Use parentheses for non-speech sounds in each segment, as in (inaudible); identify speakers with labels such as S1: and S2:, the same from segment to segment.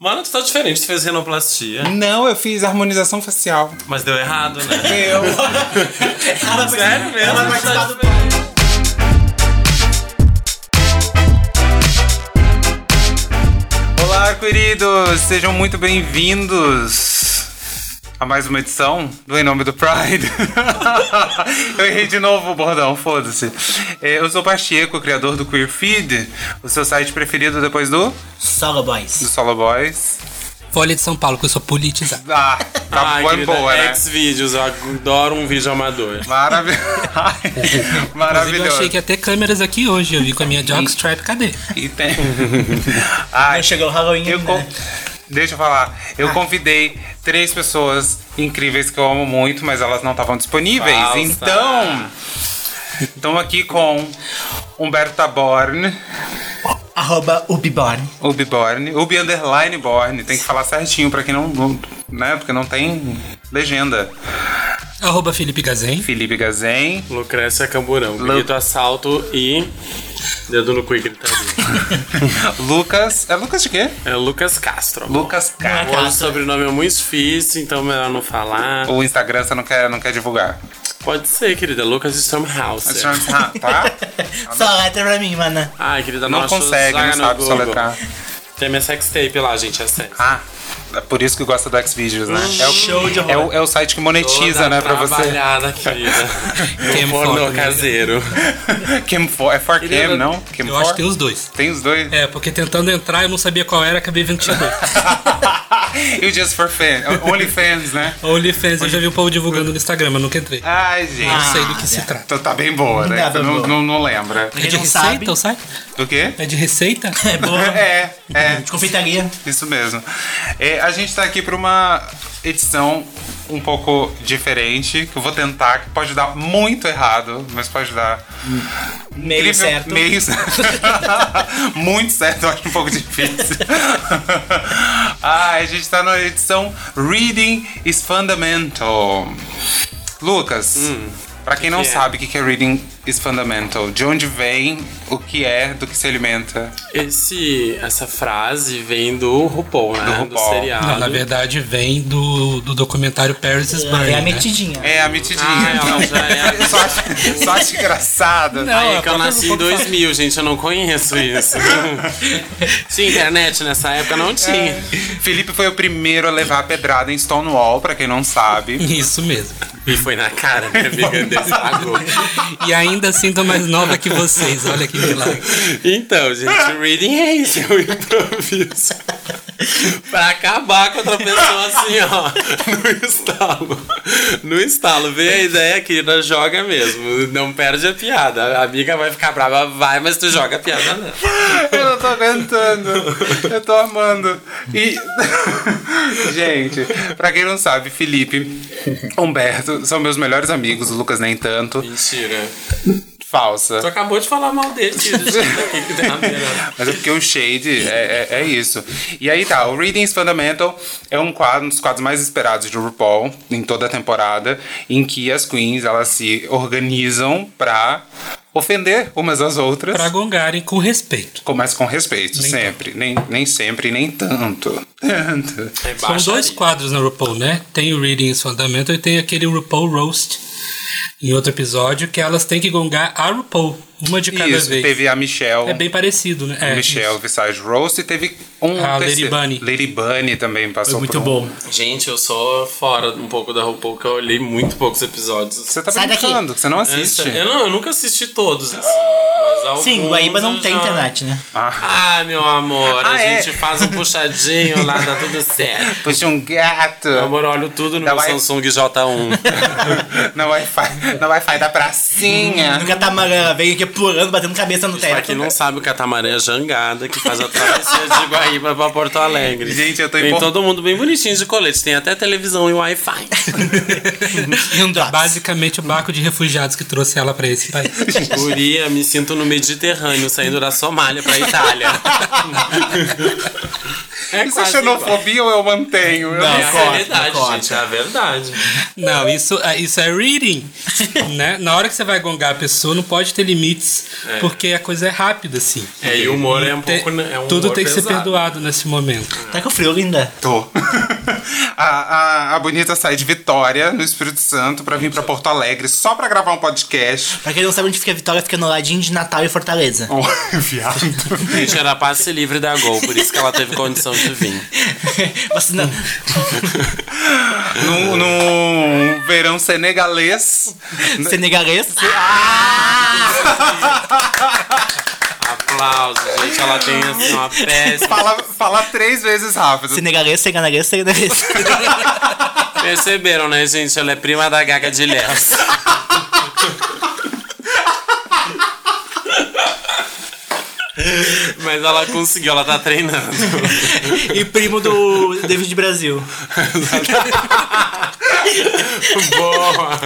S1: Mano, tu tá diferente, tu fez renoplastia.
S2: Não, eu fiz harmonização facial.
S1: Mas deu errado,
S2: (laughs)
S1: né?
S2: Eu.
S3: Ela vai-
S1: Sério mesmo?
S3: Ela vai
S1: Tá
S3: estar do
S2: Olá, queridos! Sejam muito bem-vindos a mais uma edição do Em Nome do Pride. (laughs) eu errei de novo o bordão, foda-se. É, Eu sou o Pacheco, criador do Queer Feed, o seu site preferido depois do,
S3: Solo
S2: do
S3: Boys.
S2: Solo Boys.
S4: Folha de São Paulo, que eu sou politizado.
S2: Ah, tá
S1: Ai,
S2: boa e
S1: querida,
S2: boa, né?
S1: Xvideos, eu adoro um vídeo amador.
S2: Maravi... (laughs)
S4: Inclusive, eu
S2: Maravilhoso.
S4: achei que ia ter câmeras aqui hoje. Eu vi com a minha jockstrap, cadê?
S2: E tem. (laughs) Ai,
S3: Não chegou o Halloween
S2: Eu
S3: ainda.
S2: con- Deixa eu falar.
S1: Ah.
S2: Eu convidei três pessoas incríveis que eu amo muito, mas elas não estavam disponíveis.
S1: Falsa.
S2: Então, estamos aqui com Humberto Taborn,
S3: Arroba Ubiborn.
S2: Ubi Born, Ubi Underline Born. Tem que falar certinho pra quem não, não- né? Porque não tem legenda.
S4: Arroba Felipe Gazen.
S2: Felipe Gazen.
S1: Lucrécia Camburão, grito, assalto e dedo no cu e gritaria.
S2: Lucas. É Lucas de quê?
S1: É Lucas Castro. amor.
S2: Lucas K.
S1: Hoje o sobrenome é muito difícil, então melhor não falar.
S2: O Instagram você não quer, não quer divulgar.
S1: Pode ser, querida, Lucas Stromhouse.
S2: Tá?
S1: (laughs)
S3: Só letra pra mim, mana.
S1: Ai, querida,
S2: Não
S1: achou
S2: consegue,
S1: zaga
S2: não
S1: no
S2: sabe
S1: Google.
S2: soletrar.
S1: Tem minha sextape lá, gente, é sério.
S2: Ah, é por isso que gosta do Xvideos, né? É o,
S3: Show de
S2: é
S3: horror.
S2: o, é o site que monetiza,
S1: Toda
S2: né, pra você.
S1: trabalhada, querida.
S4: Quem
S1: no pornô
S4: for, né?
S1: caseiro.
S2: (laughs) Kim for, é for Kim,
S1: Querida,
S2: não? Kim
S4: Eu
S2: for?
S4: acho que tem os dois.
S2: Tem os dois. (laughs)
S4: É, porque tentando entrar eu não sabia qual era, acabei vendo que
S3: (laughs)
S4: tinha dois.
S2: e o Just for Fans, OnlyFans, né?
S4: OnlyFans, eu já vi o povo divulgando no Instagram, eu nunca entrei.
S2: Ai, gente.
S3: Ah,
S4: Não sei do que se trata.
S2: Então tá bem boa, né?
S3: Tá
S2: Você
S3: bem
S2: não,
S3: boa.
S2: não, não lembra.
S4: É de
S3: é. não
S4: receita
S3: sabe.
S4: o site?
S2: Do quê?
S4: É
S3: (laughs)
S4: de receita?
S3: É boa.
S2: É, é,
S3: De confeitaria.
S2: isso mesmo. É, a gente tá aqui pra uma edição um pouco diferente, que eu vou tentar, que pode dar muito errado, mas pode dar
S3: Meio
S2: Incrível-
S3: certo.
S2: Meio certo. (laughs) Muito certo, eu acho um pouco difícil. (laughs) ah, a gente tá na edição Reading is Fundamental. Lucas, pra quem não
S1: que é?
S2: sabe o que que é Reading is Fundamental, de onde vem, o que é, do que se alimenta.
S1: Esse, essa frase vem do RuPaul, né?
S2: Do RuPaul.
S1: seriado.
S4: Não, na verdade vem do, do documentário Paris is Burning.
S3: É a
S4: né?
S3: metidinha.
S2: É a metidinha.
S1: Ah, ela já é.
S2: (laughs) só, acho, só acho engraçado.
S4: Não,
S1: Aí
S4: a
S1: que eu
S4: própria
S1: nasci em
S4: RuPaul
S1: 2000, gente, eu não conheço isso.
S4: (laughs)
S1: tinha internet nessa época? Não tinha.
S4: É.
S2: Felipe foi o primeiro a levar a pedrada em Stonewall, pra quem não sabe.
S4: Isso mesmo.
S1: E foi na cara, né? minha amiga, desagou.
S4: E ainda assim tô mais nova que vocês, olha
S3: (laughs)
S4: que milagre.
S1: Então, gente, reading é isso, é um improviso. pra acabar com outra pessoa assim, ó, no estalo. No estalo, vê a ideia, querida, joga mesmo. Não perde a piada. A amiga vai ficar brava, vai, mas tu joga a piada não.
S2: (laughs) Eu não tô aguentando. Eu tô amando. E. (laughs) Gente, pra quem não sabe, Felipe, Humberto são meus melhores amigos, o Lucas nem tanto.
S1: Mentira. Tu
S2: Falsa.
S1: acabou de falar mal dele, querida. Que que tem a ver, né?
S2: (laughs) Mas é porque o Shade é, é, é isso. E aí tá, o Readings Fundamental é um quadro, um dos quadros mais esperados de RuPaul em toda a temporada, em que as queens elas se organizam pra ofender umas às outras.
S4: Pra gongarem com respeito.
S2: Começa com respeito,
S4: Nem
S2: sempre. Nem, nem sempre, nem tanto. (laughs) Tanto.
S1: É
S4: São dois
S1: baixaria.
S4: quadros na RuPaul, né? Tem o Reading is Fundamental e tem aquele RuPaul Roast em outro episódio, que elas têm que gongar a RuPaul, uma de cada
S2: Isso,
S4: vez.
S2: teve a Michelle.
S1: um
S4: É bem parecido, né? É,
S2: Michelle
S4: isso.
S2: Visage Rose e teve um
S4: A Lady
S2: terceiro-
S4: Bunny.
S2: Lady Bunny também passou
S4: Foi
S2: por
S4: muito
S2: um-
S4: bom.
S1: Gente, eu sou fora um pouco da RuPaul, que eu olhei muito poucos episódios.
S2: Você tá
S3: Sai daqui.
S2: brincando, que você não assiste.
S4: é-
S1: Essa- Eu, não, eu nunca assisti todos. Assim, mas alguns
S3: Sim, Guaíba não
S1: eu
S3: tem
S1: já-
S3: internet, né?
S1: Ah, meu amor, a
S2: Ah, é?
S1: gente faz um puxadinho lá, dá tudo certo.
S2: Puxa um gato
S4: Tá
S1: Meu amor, eu olho tudo no
S2: Dá
S1: meu
S2: like.
S1: Samsung
S2: (laughs)
S1: J1.
S2: na Wi-Fi na wi é da pracinha.
S4: Hum,
S3: No catamarã, veio aqui pulando, batendo cabeça no
S1: pra
S3: teto.
S1: quem não sabe, o catamarã é jangada que faz a travessia de Guaíba pra Porto Alegre.
S2: Gente, eu tô
S1: Tem
S2: empol-
S1: todo mundo bem bonitinho de colete, tem até televisão e Wi-Fi.
S3: E um drops.
S4: Basicamente o barco de refugiados que trouxe ela pra esse país.
S1: (laughs) Guria, me sinto no Mediterrâneo, saindo da Somália pra Itália. É
S2: Isso é
S1: quase
S2: xenofobia ou eu mantenho? Eu
S3: Não,
S1: É a
S3: corta,
S1: realidade,
S3: corta.
S1: gente. É a verdade.
S4: Não, isso, ah, isso é reading. né? Na hora que você vai gongar a pessoa, não pode ter limites,
S1: É.
S4: porque a coisa é rápida, assim.
S1: É, e o humor é um
S4: Tem-
S1: pouco. né, É um
S4: tudo
S1: humor
S4: tem que ser
S1: pesado.
S4: perdoado nesse momento.
S3: Tá com frio ainda.
S2: Tô. (laughs) a, a, a Bonita sai de Vitória, no Espírito Santo, pra vir pra Porto Alegre só pra gravar um podcast.
S3: Pra quem não sabe onde fica Vitória, fica no ladinho de Natal e
S2: (laughs)
S3: Fortaleza.
S4: (laughs)
S2: Oh, viado.
S1: Gente, era passe livre da Gol, por isso que ela teve condição de vir.
S3: Você não...
S2: num, num verão senegalês.
S3: Senegalês?
S2: Ah.
S1: Ah! Aplausos, gente. Ela tem assim uma péssima.
S2: Fala, fala três vezes rápido.
S3: Senegalês, senegalês, senegalês.
S1: Perceberam, né, gente? Ela é prima da Gaga de Lessa. Mas ela conseguiu, ela tá treinando.
S3: e primo do David Brasil.
S1: Boa!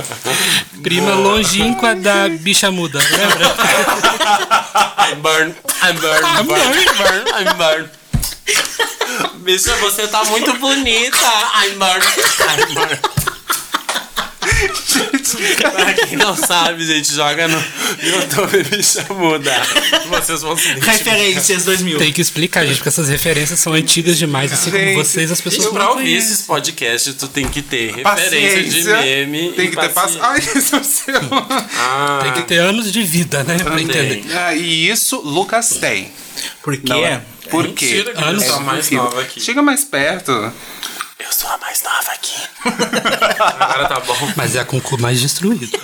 S4: Prima longínqua da bicha muda. né? Lembra?
S1: I burn, I burn, I burn, I burn, I burn. Bicha, você tá muito bonita. I burn, I burn. Pra quem não sabe, gente, joga no YouTube Bicha Muda. Vocês vão se identificar.
S3: Referências 2000.
S4: Tem que explicar, gente, porque essas referências são antigas demais. Assim como
S2: Gente,
S4: vocês, as
S1: Gente,
S4: pessoas
S1: pra
S4: não
S1: ouvir
S4: conhecem.
S1: esses podcasts, tu tem que ter referência de
S2: Paciência.
S1: meme.
S2: Tem que
S1: e
S2: ter paciência. Ai, esse é o seu.
S1: Ah,
S4: Tem que ter anos de vida, né? Pra entender.
S2: Ah, e isso Lucas tem.
S3: Por quê?
S2: Por quê?
S1: É
S2: É
S1: Mentira, que eu
S4: Anos
S1: sou a mais
S2: possível.
S1: nova aqui.
S2: Chega mais perto.
S1: Eu sou a mais nova aqui. (laughs) Agora tá bom.
S4: Mas é a concurso mais destruída.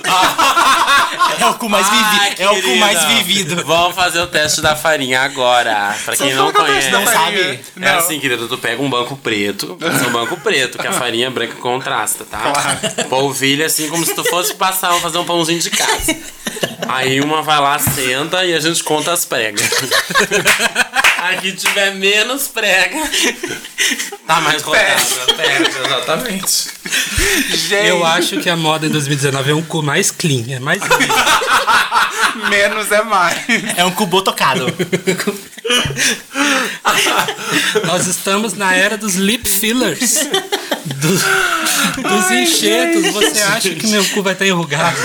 S3: É o cu mais
S1: Ai,
S3: vivido. É o cu
S1: querida.
S3: mais vivido.
S1: Vamos fazer o teste da farinha agora. Pra quem não
S2: Como que eu
S1: conhece.
S2: peço da
S3: não sabe?
S2: farinha?
S1: É
S2: Não.
S1: assim, querido, tu pega um banco preto, é um banco preto, que a farinha branca contrasta, tá? Polvilha, assim, como se tu fosse passar, fazer um pãozinho de casa. Aí uma vai lá, senta e a gente conta as pregas. A que tiver menos prega, tá mais rodada. Perde, exatamente.
S2: Gente,
S4: Eu acho que a moda em 2019 é um cu mais clean. É mais limpo.
S2: menos é mais.
S3: É um cu botocado.
S4: Nós estamos na era dos lip fillers. do- dos enxertos. Você acha que meu cu vai estar enrugado?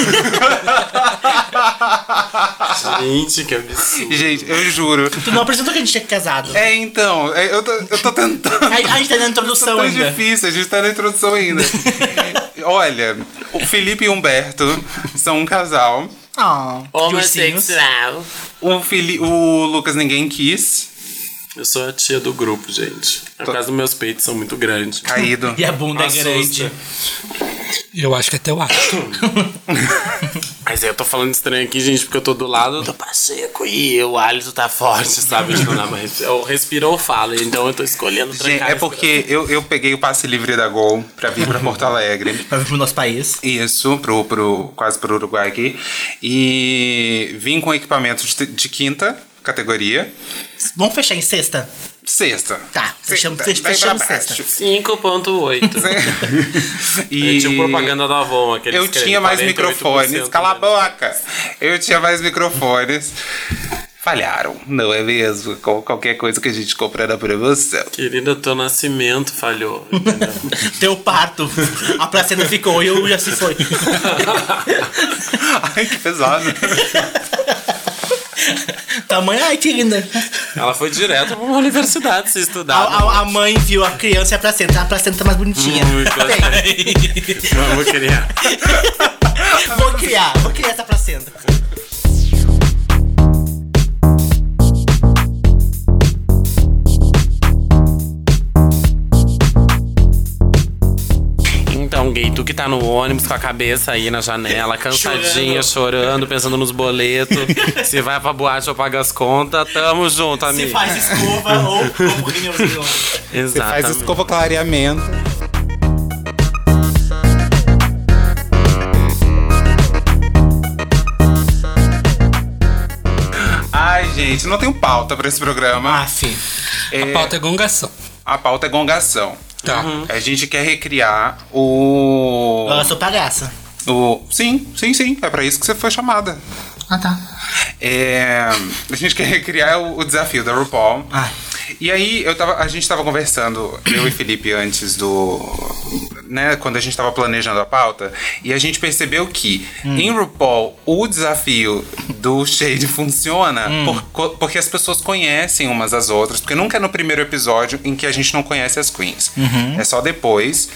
S1: Gente, que absurdo.
S2: Gente, eu juro.
S3: tu não apresentou que a gente é casado.
S2: É, então, é, eu tô, eu tô tentando.
S3: A, a gente tá na introdução
S2: tão
S3: ainda.
S2: difícil, a gente tá na
S1: (laughs)
S2: introdução ainda. Olha, o Felipe e o Humberto são um casal.
S3: Ah, de ursinhos.
S1: Homossexual.
S2: O, Fili o Lucas ninguém quis.
S1: Eu sou a tia do grupo, gente. Por causa dos meus peitos são muito grandes.
S2: Caído.
S3: (laughs) E a bunda é
S1: Assusta.
S3: grande.
S4: Eu acho que é teu acho.
S1: Mas é, eu tô falando estranho aqui, gente, porque eu tô do lado do Pacheco e o hálito tá forte, sabe? Tipo, não, mas eu respiro ou falo, então eu tô escolhendo
S2: Gente,
S1: trancar.
S2: é porque eu, eu peguei o passe livre da Gol pra vir pra Porto Alegre.
S3: Pra vir pro nosso país.
S2: Isso, pro, pro, quase pro Uruguai aqui. E vim com equipamento de, de quinta categoria.
S3: Vamos fechar em sexta?
S2: Sexta.
S3: Tá, fechamos-
S2: Sexta, daí pra
S3: fechamos
S2: baixo. (laughs)
S3: sexta.
S1: 5.8. É
S2: E
S1: tipo propaganda da Avon, aqueles
S2: Eu
S1: que
S2: tinha mais
S1: 48%
S2: microfones. Cala a
S1: né?
S2: boca! Eu tinha mais microfones. Falharam, não é mesmo? Com qualquer coisa que a gente comprar na promoção.
S1: Querida, teu nascimento falhou, entendeu?
S3: Teu parto. A placenta ficou e eu já se foi.
S2: Ai, que pesado.
S3: Tamanho, ai, que linda.
S1: Ela foi direto pra uma universidade se
S3: A,
S1: estudar. né?
S3: a, a mãe viu a criança e a placenta. A placenta tá mais bonitinha.
S1: Ui, assim. Vamos criar.
S3: Vou criar, vou criar essa placenta.
S1: Então, gay, tu que tá no ônibus com a cabeça aí na janela, cansadinha, chorando, pensando nos
S3: (laughs)
S1: boletos, se vai pra boate ou paga as contas, tamo junto, amigo.
S3: Se faz escova ou, um ou
S1: (laughs)
S3: burrinhozinho.
S4: Tá,
S1: Exatamente.
S2: clareamento. Ai, gente, não tenho pauta pra esse programa.
S3: Ah, sim.
S2: É, Uhum.
S4: A pauta é gongação.
S2: a pauta é gongação.
S4: Tá.
S2: A gente quer recriar o.
S4: Ah.
S3: Agora eu sou palhaça.
S2: O- Sim, sim, sim. É pra isso que você foi chamada.
S3: Ah, tá.
S2: É, A gente quer recriar o, o desafio da RuPaul.
S3: Ah.
S2: E aí eu tava, a gente tava conversando, eu e Felipe, antes do. Né, quando a gente tava planejando a pauta, e a gente percebeu que em RuPaul o desafio do Shade funciona por co- porque as pessoas conhecem umas às outras, porque nunca é no primeiro episódio em que a gente não conhece as queens. É só depois.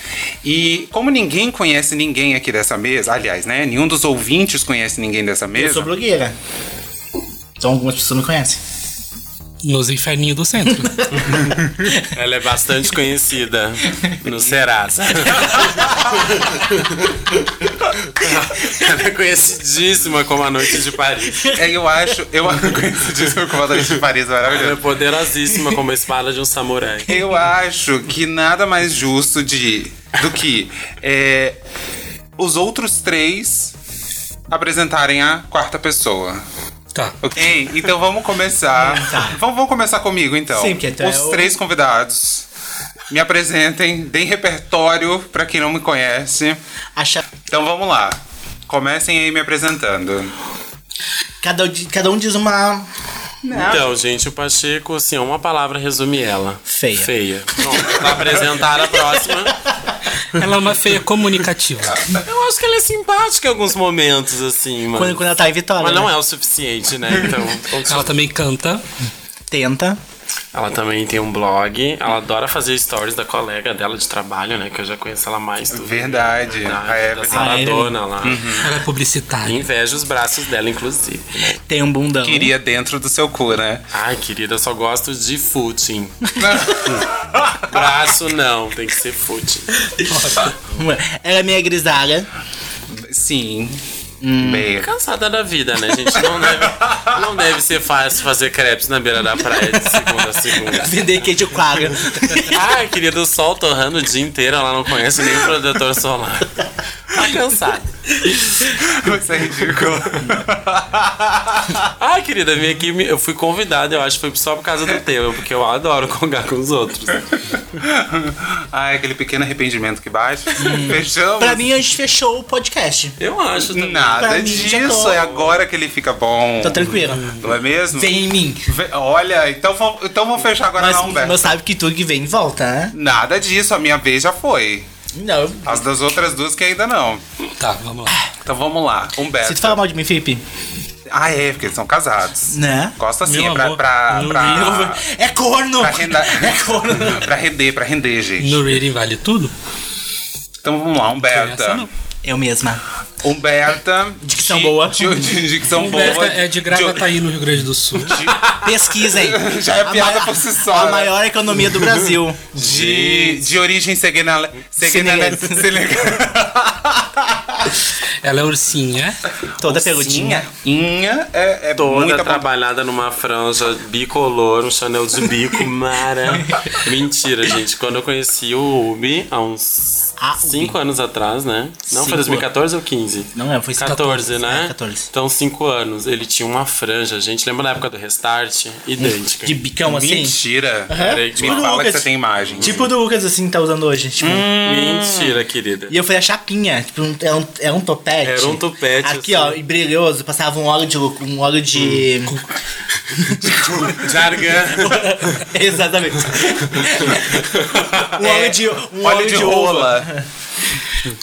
S2: E como ninguém conhece ninguém aqui dessa mesa, aliás, né? Nenhum dos ouvintes conhece ninguém dessa mesa.
S3: Eu sou blogueira. Então algumas pessoas me conhecem.
S4: Nos inferninhos do centro.
S1: Ela é bastante conhecida no
S3: (laughs)
S1: Serasa. Ela é conhecidíssima como a Noite de Paris.
S2: É, eu acho, eu (laughs) conheço disso com o de Paris,
S1: Ela é
S2: maravilhoso.
S1: poderosíssima como a espada de um samurai.
S2: Eu acho que nada mais justo de do que é, os outros três apresentarem a quarta pessoa.
S4: Tá.
S2: Ok? Tá. Então vamos (laughs) começar. Vamos, vamos começar comigo então.
S3: Sim, porque tu é
S2: Os
S3: o-
S2: três convidados. Me apresentem, deem repertório pra quem não me conhece.
S3: Acha...
S2: Então vamos lá. Comecem aí me apresentando.
S3: Cada, um di- cada um diz uma
S1: Então, gente, o Pacheco, assim, uma palavra resume ela.
S3: Feia.
S1: Feia. Pronto, pra apresentar a próxima.
S4: Ela é uma feia comunicativa.
S2: Tá.
S1: Eu acho que ela é simpática em alguns momentos, assim, mas...
S3: quando, quando ela tá em vitória.
S1: Mas não
S3: né? tá-
S1: é o suficiente, né?
S3: (laughs)
S1: Então,
S4: Ela também canta.
S2: é.
S3: Tenta.
S1: ela também tem um blog, ela adora fazer stories da colega dela de trabalho, né? Que eu já conheço ela mais do
S2: Verdade. Uhum.
S1: da,
S2: A
S1: da
S2: Evelyn.
S1: Saradona lá.
S4: Ela é publicitária.
S1: Inveja os braços dela, inclusive.
S3: Tem um bundão.
S2: queria dentro do seu cu, né?
S1: Ai, querida, eu só gosto de
S2: (laughs)
S1: footing. Braço não, tem que ser footing.
S3: Ela é meio grisalha.
S2: Sim. Meio.
S1: É Cansada da vida, né, gente? Não deve, não deve ser fácil fazer crepes na beira da praia de segunda a segunda.
S3: (laughs) Vender queijo
S2: (laughs)
S3: quadro.
S1: Ai, querida, Ah, o sol torrando o dia inteiro, ela não conhece nem o protetor solar. Tá cansada.
S2: (laughs) Isso é ridículo.
S1: Ai, Ah, querida, vim aqui, me- eu fui convidada, eu acho que foi só por causa do tema, porque eu adoro congar com os outros.
S2: Ai, aquele pequeno arrependimento que bate. Fechamos?
S3: Hum. pra mim, a gente fechou o podcast.
S1: Eu acho também.
S2: Nada
S3: pra mim, já
S2: disso.
S3: tô.
S2: É agora que ele fica bom.
S3: Tá tranquilo.
S2: Não é mesmo?
S3: Vem em mim.
S2: Ve- Olha, então vamos então vamos fechar agora
S3: Mas,
S2: não, Humberto.
S3: mas sabe que tudo que vem volta, né?
S2: Nada disso, a minha vez já foi.
S3: Não. eu-
S2: As das outras duas que ainda não.
S4: Tá, vamos lá.
S2: Então vamos lá,
S3: Se
S2: Humberto.
S3: tu falar mal de mim, Felipe,
S2: Ah, é, porque eles são casados.
S3: né?
S2: Gosta assim,
S4: Meu
S2: é pra.
S4: amor,
S2: pra,
S4: eu
S2: pra-
S3: É corno!
S2: pra renda-
S3: É corno!
S2: pra render, pra render, gente.
S4: No reading vale tudo?
S2: Então vamos lá, Humberta.
S4: Essa não.
S3: Eu mesma.
S2: Humberta.
S3: Dicção
S2: de-
S3: boa.
S2: De, de- dicção
S4: Humberta
S2: boa.
S4: é de Gravataí, no Rio Grande
S1: (laughs)
S4: do Sul.
S3: Pesquisem.
S2: (laughs) Já é
S3: A
S2: piada
S3: maior-
S2: por si só, né?
S3: A maior economia do Brasil.
S2: De, de, de origem senegal- senegal-
S3: Senegalesa.
S2: senegal-
S4: Ela é ursinha.
S3: Toda peludinha.
S2: Inha é, é
S1: Toda
S2: muita bom-
S1: trabalhada numa franja bicolor, um Chanel de bico, mara. Mentira, gente. Quando eu conheci o Ubi, há uns
S3: Ah, Ubi.
S1: 5 anos atrás, né? Não,
S3: Cinco.
S1: foi 2014 ou 15?
S3: Não é, foi
S1: 14, né?
S3: É, 14.
S1: Então, 5 anos. Ele tinha uma franja, gente. Lembra da época do Restart? Idêntica.
S3: Hum. De bicão assim.
S2: Mentira.
S1: É, Peraí,
S3: Tipo
S1: me
S3: do
S2: Fala
S3: Lucas.
S2: que você tem imagem.
S3: Tipo o do Lucas, assim, que tá usando hoje. Tipo,
S1: Hum. Mentira, querida.
S3: E eu fui a chapinha, tipo, um- era um, era um topete.
S1: Era um topete,
S3: Aqui,
S1: assim. Hum.
S3: ó, e brilhoso, passava um óleo de. lu- Um óleo de. Tipo,
S2: (laughs)
S3: um
S1: Jargã.
S3: (laughs) Exatamente. um óleo
S1: É,
S3: de. Um
S2: Olha É, de rola.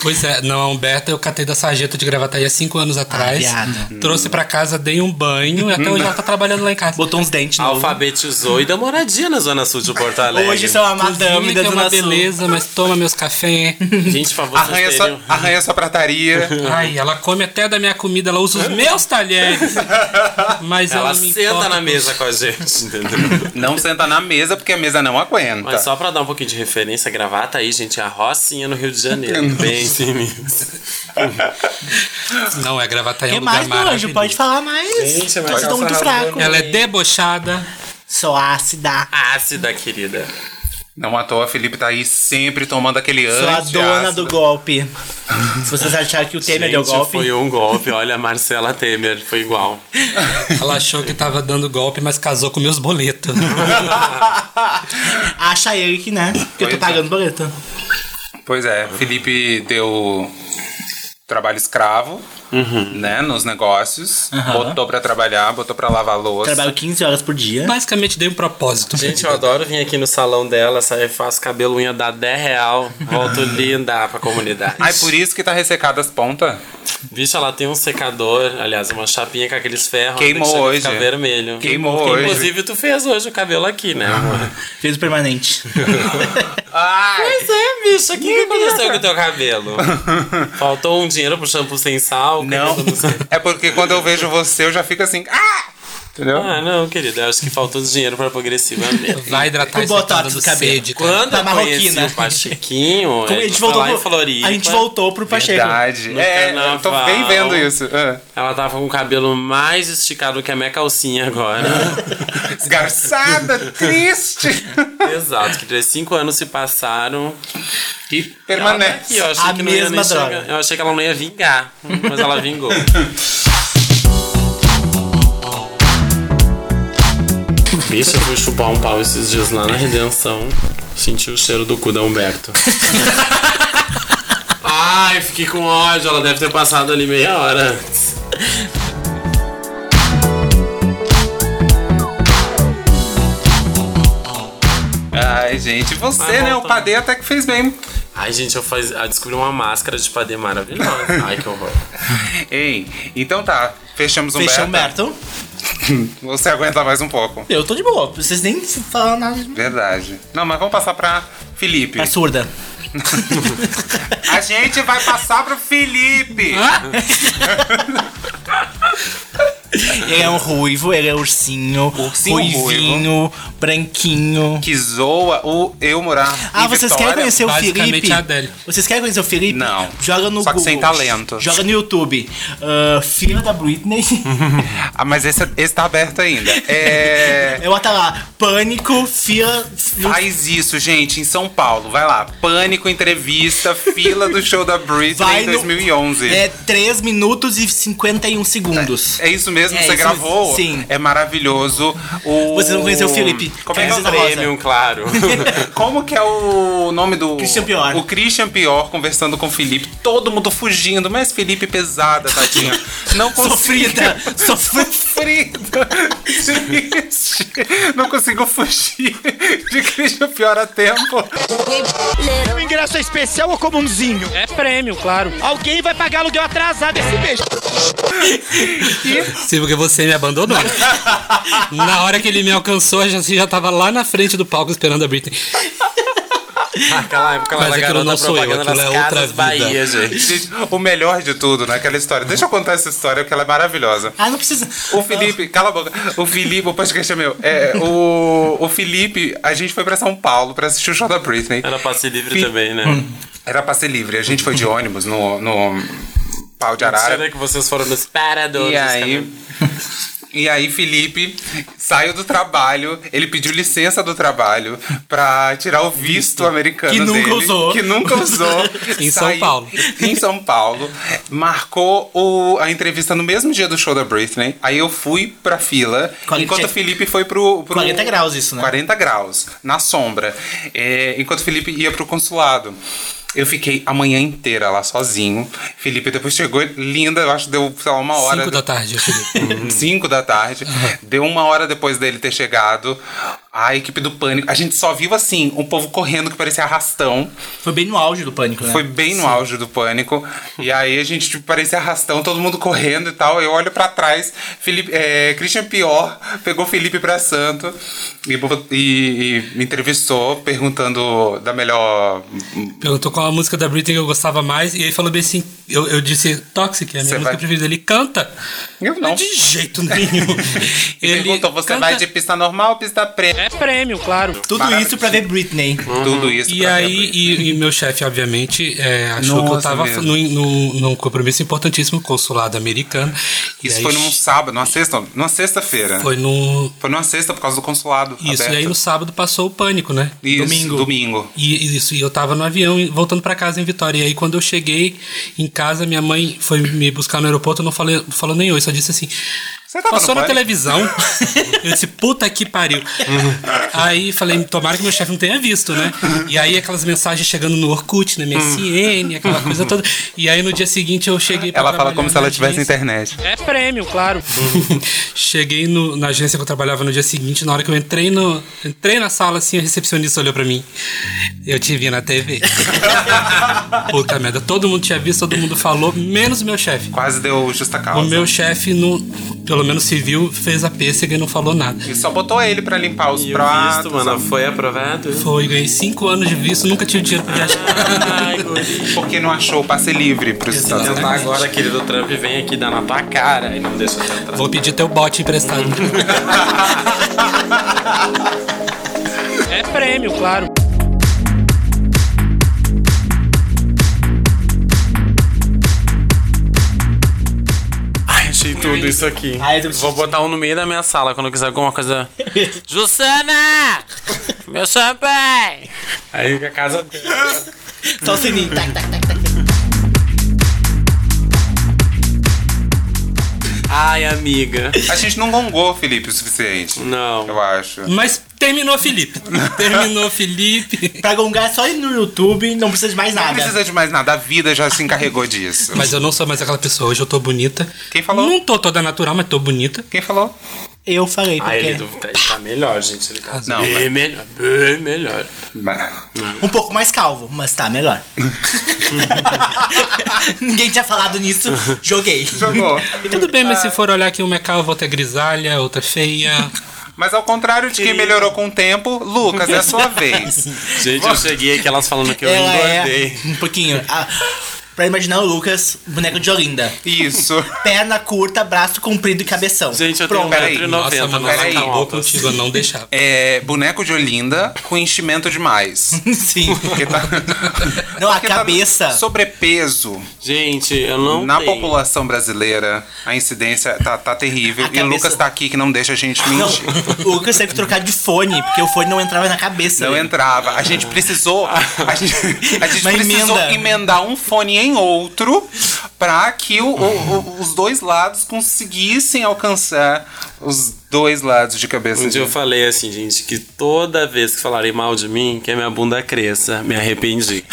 S4: Pois é, não, a Humberta eu catei da sarjeta de Gravataí há cinco anos atrás. Uhum.
S3: viada.
S4: trouxe pra casa, dei um banho e até hoje ela tá trabalhando lá em casa.
S3: Botou uns dentes no.
S1: Alfabetizou e deu moradia na Zona Sul de Porto Alegre.
S3: Hoje sou a madame
S4: Cozinha,
S3: da
S4: que é
S3: Zona
S4: uma
S3: Sul.
S4: beleza, mas toma
S1: (laughs)
S4: meus cafés.
S1: Gente, pra vocês
S2: Arranha
S1: terem...
S2: sua, arranha sua prataria.
S4: Ai, ela come até da minha comida, ela usa os meus talheres.
S1: (laughs)
S4: Mas ela,
S1: Ela
S4: me
S1: senta
S4: importa
S1: na
S4: com-
S1: mesa com a gente, (laughs) entendeu?
S2: Não senta na mesa, porque a mesa não aguenta.
S1: Mas só pra dar um pouquinho de referência, gravata aí, gente, é a Rocinha no Rio de Janeiro. Bem sinistro.
S4: Não, é Gravataí, é
S3: Que
S4: um lugar
S3: mais, meu anjo?
S4: maravilhoso.
S3: Pode falar mais.
S1: Gente, mas
S3: Vocês estão muito fraco.
S4: Ela é debochada.
S3: Sou ácida.
S1: Ácida, querida.
S2: Não à toa, Felipe tá aí sempre tomando aquele
S3: Sou a
S2: antiácido.
S3: dona do golpe. Se vocês acharam que o Temer deu
S1: Gente,
S3: golpe.
S1: foi um golpe. Olha, a Marcela Temer foi igual.
S4: Ela achou que tava dando golpe, mas casou com
S1: (laughs)
S4: meus boletos.
S3: (laughs) Acha ele que, né? Porque eu
S2: Pois é.
S3: tô pagando boleto.
S2: Pois é, Felipe deu trabalho escravo né, nos negócios, botou pra trabalhar, botou pra lavar louça.
S3: Trabalho 15 horas por dia.
S4: Basicamente dei um propósito.
S1: Gente, eu adoro vir aqui no salão dela, sair, faço cabelo, unha dá 10 real, volto linda pra comunidade.
S2: Ai, por isso que tá ressecada as pontas.
S1: Bicho, ela tem um secador, aliás, uma chapinha com aqueles ferros.
S2: Queimou
S1: que chega a
S2: hoje.
S1: Ficar vermelho.
S2: Queimou
S1: Porque,
S2: hoje.
S1: Inclusive, tu fez hoje o cabelo aqui, né, amor?
S3: Fez o permanente.
S2: (laughs) É, Ai,
S1: Pois é, bicho, o que, que aconteceu com o teu
S3: (laughs)
S1: cabelo? Faltou um dinheiro pro shampoo sem sal? O que
S2: não.
S1: que eu sei?
S2: É porque quando eu vejo você, eu já fico assim. Ah! Entendeu?
S1: Ah, não, querida, eu acho que faltou dinheiro pra progressiva
S3: (laughs)
S1: mesmo.
S4: Vai hidratar
S3: O
S4: esse
S3: botox do cabelo.
S4: sede, cara.
S1: Quando
S3: Da
S1: eu conheci
S3: tá marroquina.
S1: o Pachequinho,
S3: (laughs) Como Então, a gente voltou
S1: lá em
S3: pro-
S1: Floripa,
S3: A gente voltou pro Pacheco.
S2: Verdade.
S1: No
S2: É, eu tô
S1: carnaval.
S2: bem vendo isso. Ah.
S1: ela tava com o cabelo mais esticado que a minha calcinha
S3: (laughs)
S1: agora.
S2: Esgarçada, triste.
S1: Exato, que três, cinco anos se passaram.
S2: E
S1: Ela tá aqui,
S2: permanece.
S1: eu achei
S3: A
S1: que não ia
S3: mesma
S1: nem
S3: droga.
S1: chegar. Eu achei que ela não ia vingar, mas ela vingou. Bicho, eu fui chupar um pau esses dias lá na Redenção. Senti o cheiro do cu da Humberto. (laughs) Ai, fiquei com ódio. Ela deve ter passado ali meia hora antes.
S2: Ai, gente, você,
S1: Vai
S2: né? O
S1: voltando.
S2: Padê até que fez bem.
S1: Ai, gente, eu, faz... eu descobri uma máscara de padê maravilhosa. Ai, que horror.
S2: Ei, então tá. Fechamos o
S3: Fechou um
S2: Humberto.
S3: Humberto.
S2: Você aguenta mais um pouco.
S3: Eu tô de boa. Vocês nem falam nada. de-
S2: Verdade. Não, mas vamos passar pra Felipe. (laughs)
S3: É surda.
S2: A gente vai passar pro Felipe.
S3: Ele é um ruivo, ele é ursinho,
S2: Ursinho
S3: ruivinho, branquinho.
S2: que zoa o eu morar
S3: Ah,
S2: em
S3: vocês
S2: Vitória.
S3: querem conhecer o
S4: basicamente
S3: Felipe?
S4: a Adele.
S3: Vocês querem conhecer o Felipe?
S2: Não.
S3: Joga no
S2: Só que
S3: Google.
S2: sem talento.
S3: Joga no YouTube. Ah, filha da Britney.
S2: Ah, mas esse, esse tá aberto ainda.
S3: (laughs)
S2: É...
S3: Eu tá lá. Pânico, fila. fila-
S2: Faz isso, gente, em São Paulo. Vai lá. Pânico, entrevista, fila do show da Britney em
S3: no-
S2: 2011.
S3: É 3 minutos e 51 segundos.
S2: É isso mesmo?
S3: É
S2: Você
S3: isso
S2: gravou?
S3: mesmo, sim.
S2: É maravilhoso. O...
S3: Vocês vão conhecer o Felipe.
S2: Como é, que é o
S3: Camisa
S2: nome?
S3: rosa.
S1: Premium,
S3: (laughs)
S1: claro.
S2: Como que é o nome do...
S3: Christian Pior.
S2: O Christian Pior conversando com o Felipe. Todo mundo fugindo. Mas Felipe pesada, tadinha. Não consigo.
S3: (laughs) Sofrida. Sofrida. (laughs)
S2: Sofrida. Triste. Não consigo fugir de Christian Pior a tempo.
S5: O ingresso é especial ou comunzinho?
S6: É prêmio, claro.
S5: Alguém vai pagar aluguel atrasado esse mês.
S4: Sim, porque você
S3: (laughs)
S4: me abandonou. na hora que ele me alcançou, a gente já tava lá na frente do palco esperando a Britney.
S1: Aquela época ela
S4: Mas
S1: era
S4: aquilo
S1: garota
S4: não sou eu,
S1: propaganda
S4: aquilo
S1: das
S4: é outra
S1: casas
S4: vida.
S1: Bahia, gente.
S2: Gente, o melhor de tudo naquela história. Deixa eu contar essa história, porque ela é maravilhosa.
S3: Ah, não precisa.
S2: O Felipe, cala a boca. O Felipe, o podcast é meu. É, o, o Felipe, a gente foi pra São Paulo pra assistir o show da Britney.
S1: Era passe livre
S2: Fi-
S1: também, né?
S2: Era pra ser livre. A gente foi de ônibus no, no pau de arara.
S1: Será que vocês foram nos paradores?
S2: E aí. (laughs) E aí, Felipe saiu do trabalho, ele pediu licença do trabalho pra tirar o visto americano
S3: Que nunca
S2: dele,
S3: usou.
S2: Que nunca
S3: (laughs)
S2: usou.
S4: Em São Paulo.
S2: (laughs) Em São Paulo. Marcou o- a entrevista no mesmo dia do show da Britney. Aí eu fui pra fila,
S3: 40
S2: enquanto o Felipe foi pro, pro...
S3: 40 graus isso, né?
S2: 40 graus, na sombra. É, enquanto o Felipe ia pro consulado. Eu fiquei a manhã inteira lá sozinho. Felipe depois chegou, linda, eu acho que deu, sei lá, uma hora.
S4: 5 da tarde, eu
S2: (laughs)
S4: cheguei.
S2: 5 da tarde. Deu uma hora depois dele ter chegado. A equipe do pânico. A gente só viu assim, um povo correndo que parecia arrastão.
S3: Foi bem no auge do pânico, né?
S2: Foi bem no auge do pânico. E aí a gente tipo, parecia arrastão, todo mundo correndo e tal. Eu olho pra trás, Felipe, é, Christian Pior pegou Felipe pra Santo e, bo- e- e me entrevistou perguntando da melhor.
S4: Perguntou qual a música da Britney que eu gostava mais. E ele falou bem assim: eu, eu disse Toxic, é a minha
S2: Você
S4: música
S2: vai-
S4: preferida. Ele canta.
S2: Eu não.
S4: De jeito
S2: (laughs)
S4: nenhum.
S2: E perguntou: você vai de pista normal ou pista preta?
S6: É prêmio, claro.
S3: Tudo
S2: Maravilha.
S3: isso pra ver Britney.
S2: Tudo isso.
S4: Uhum. E
S2: pra
S4: aí,
S2: Britney.
S4: e, e meu chefe, obviamente, é, achou que eu
S2: Nossa,
S4: tava
S2: mesmo.
S4: num, num- num compromisso importantíssimo com o consulado americano. E
S2: Isso
S4: aí
S2: foi num sábado, numa sexta, numa sexta-feira.
S4: Foi num.
S2: Foi numa sexta por causa do consulado.
S4: Isso,
S2: aberto.
S4: e aí no sábado passou o pânico, né?
S2: Isso,
S4: domingo.
S2: domingo.
S4: E e isso, e eu tava no avião e- voltando pra casa em Vitória. E aí quando eu cheguei em casa, minha mãe foi me buscar no aeroporto, não falei, falou nem oi, só disse assim:
S2: Você tava
S4: Passou
S2: no
S4: na
S2: Pânico?
S4: televisão.
S2: (laughs)
S4: Eu disse, puta que pariu. Aí falei, tomara que meu chefe não tenha visto, né? E aí aquelas mensagens chegando no Orkut, na MSN, aquela coisa toda. E aí no dia seguinte eu cheguei pra
S2: Ela fala
S4: trabalhar
S2: como se
S4: na
S2: ela tivesse
S4: agência.
S2: internet.
S6: É prêmio, claro.
S4: Hum. Cheguei no- na agência que eu trabalhava no dia seguinte, na hora que eu entrei, no, entrei na sala, assim, a recepcionista olhou pra mim. Eu te vi
S2: (laughs)
S4: na TV. Puta merda, todo mundo tinha visto, todo mundo falou, menos o meu chefe.
S2: Quase deu justa
S4: O
S2: causa.
S4: meu chefe, no, pelo menos civil, fez a pêssega e não falou nada.
S2: E só botou ele pra limpar os
S1: E o
S2: pratos.
S1: visto, mano, foi aprovado?
S4: Foi, ganhei cinco anos de visto, nunca tive dinheiro pra viajar.
S1: (laughs)
S2: (laughs)
S1: Ai, guri.
S2: Porque não achou o passe livre pros Estados
S1: Então
S2: Unidos.
S1: tá agora, querido Trump, vem aqui dar na tua cara e não deixa eu entrar.
S4: Vou pedir teu bote emprestado.
S6: É prêmio, claro.
S1: Ai, achei tudo isso aqui.
S3: Ai, eu tô me
S1: Vou botar um no meio da minha sala quando eu quiser alguma
S3: (laughs)
S1: coisa. Jussana! Meu champanhe! Aí a casa.
S3: Só o sininho. Tac, tac, tac, tac.
S1: Ai, amiga.
S2: A gente não gongou, Felipe, o suficiente.
S1: Não.
S2: Eu acho.
S4: Mas terminou Felipe. Terminou Felipe.
S3: Pra gongar é só ir no YouTube, não precisa de mais
S2: Não
S3: nada.
S2: precisa de mais nada, a vida já se encarregou disso.
S4: Mas eu não sou mais aquela pessoa, hoje eu tô bonita.
S2: Quem falou?
S4: Não tô toda natural, mas tô bonita.
S2: Quem falou?
S3: Eu falei,
S2: Ah,
S1: Ai, ele
S3: porque
S1: tá, ele tá melhor, gente. Ele tá
S2: Não,
S1: bem
S2: vai.
S1: melhor. Bem melhor.
S2: Mas-
S3: um pouco mais calvo, mas
S2: (laughs)
S3: tá melhor. (laughs) Ninguém tinha falado nisso, joguei.
S2: Jogou.
S4: Tudo bem, mas se for olhar aqui uma é calva, outra é grisalha, outra é feia.
S2: Mas ao contrário de quem melhorou com o tempo, Lucas, é a sua vez.
S1: Gente, eu cheguei aqui elas falando que eu
S3: Ela
S1: engordei.
S3: é um pouquinho. (laughs) ah, pra imaginar o Lucas, boneco de Olinda.
S2: Isso.
S3: Perna curta, braço comprido e cabeção.
S1: Gente, eu
S2: Pronto. Peraí.
S1: tenho 1,90m.
S4: Nossa, mano,
S1: é
S4: ela
S2: peraí,
S4: acabou contigo, eu não deixava.
S2: É boneco de Olinda com enchimento demais.
S3: (laughs) Sim.
S2: Porque tá-
S3: Não, a
S2: porque tá
S3: cabeça.
S2: sobrepeso
S1: Gente, eu não
S2: na
S1: tenho.
S2: população brasileira, a incidência tá, tá terrível.
S3: A
S2: E o
S3: cabeça-
S2: Lucas tá aqui que não deixa a gente
S3: Não,
S2: mentir.
S3: o Lucas teve que trocar de fone, porque o fone não entrava na cabeça.
S2: Não entrava. A gente precisou. A gente, a gente precisou
S3: Uma emenda.
S2: emendar um fone em outro pra que o- o- o- os dois lados conseguissem alcançar os dois lados de cabeça.
S1: Um dia eu
S2: de-
S1: falei assim, gente, que toda vez que falarem mal de mim, que a minha bunda cresça, me
S2: (laughs)
S1: arrependi.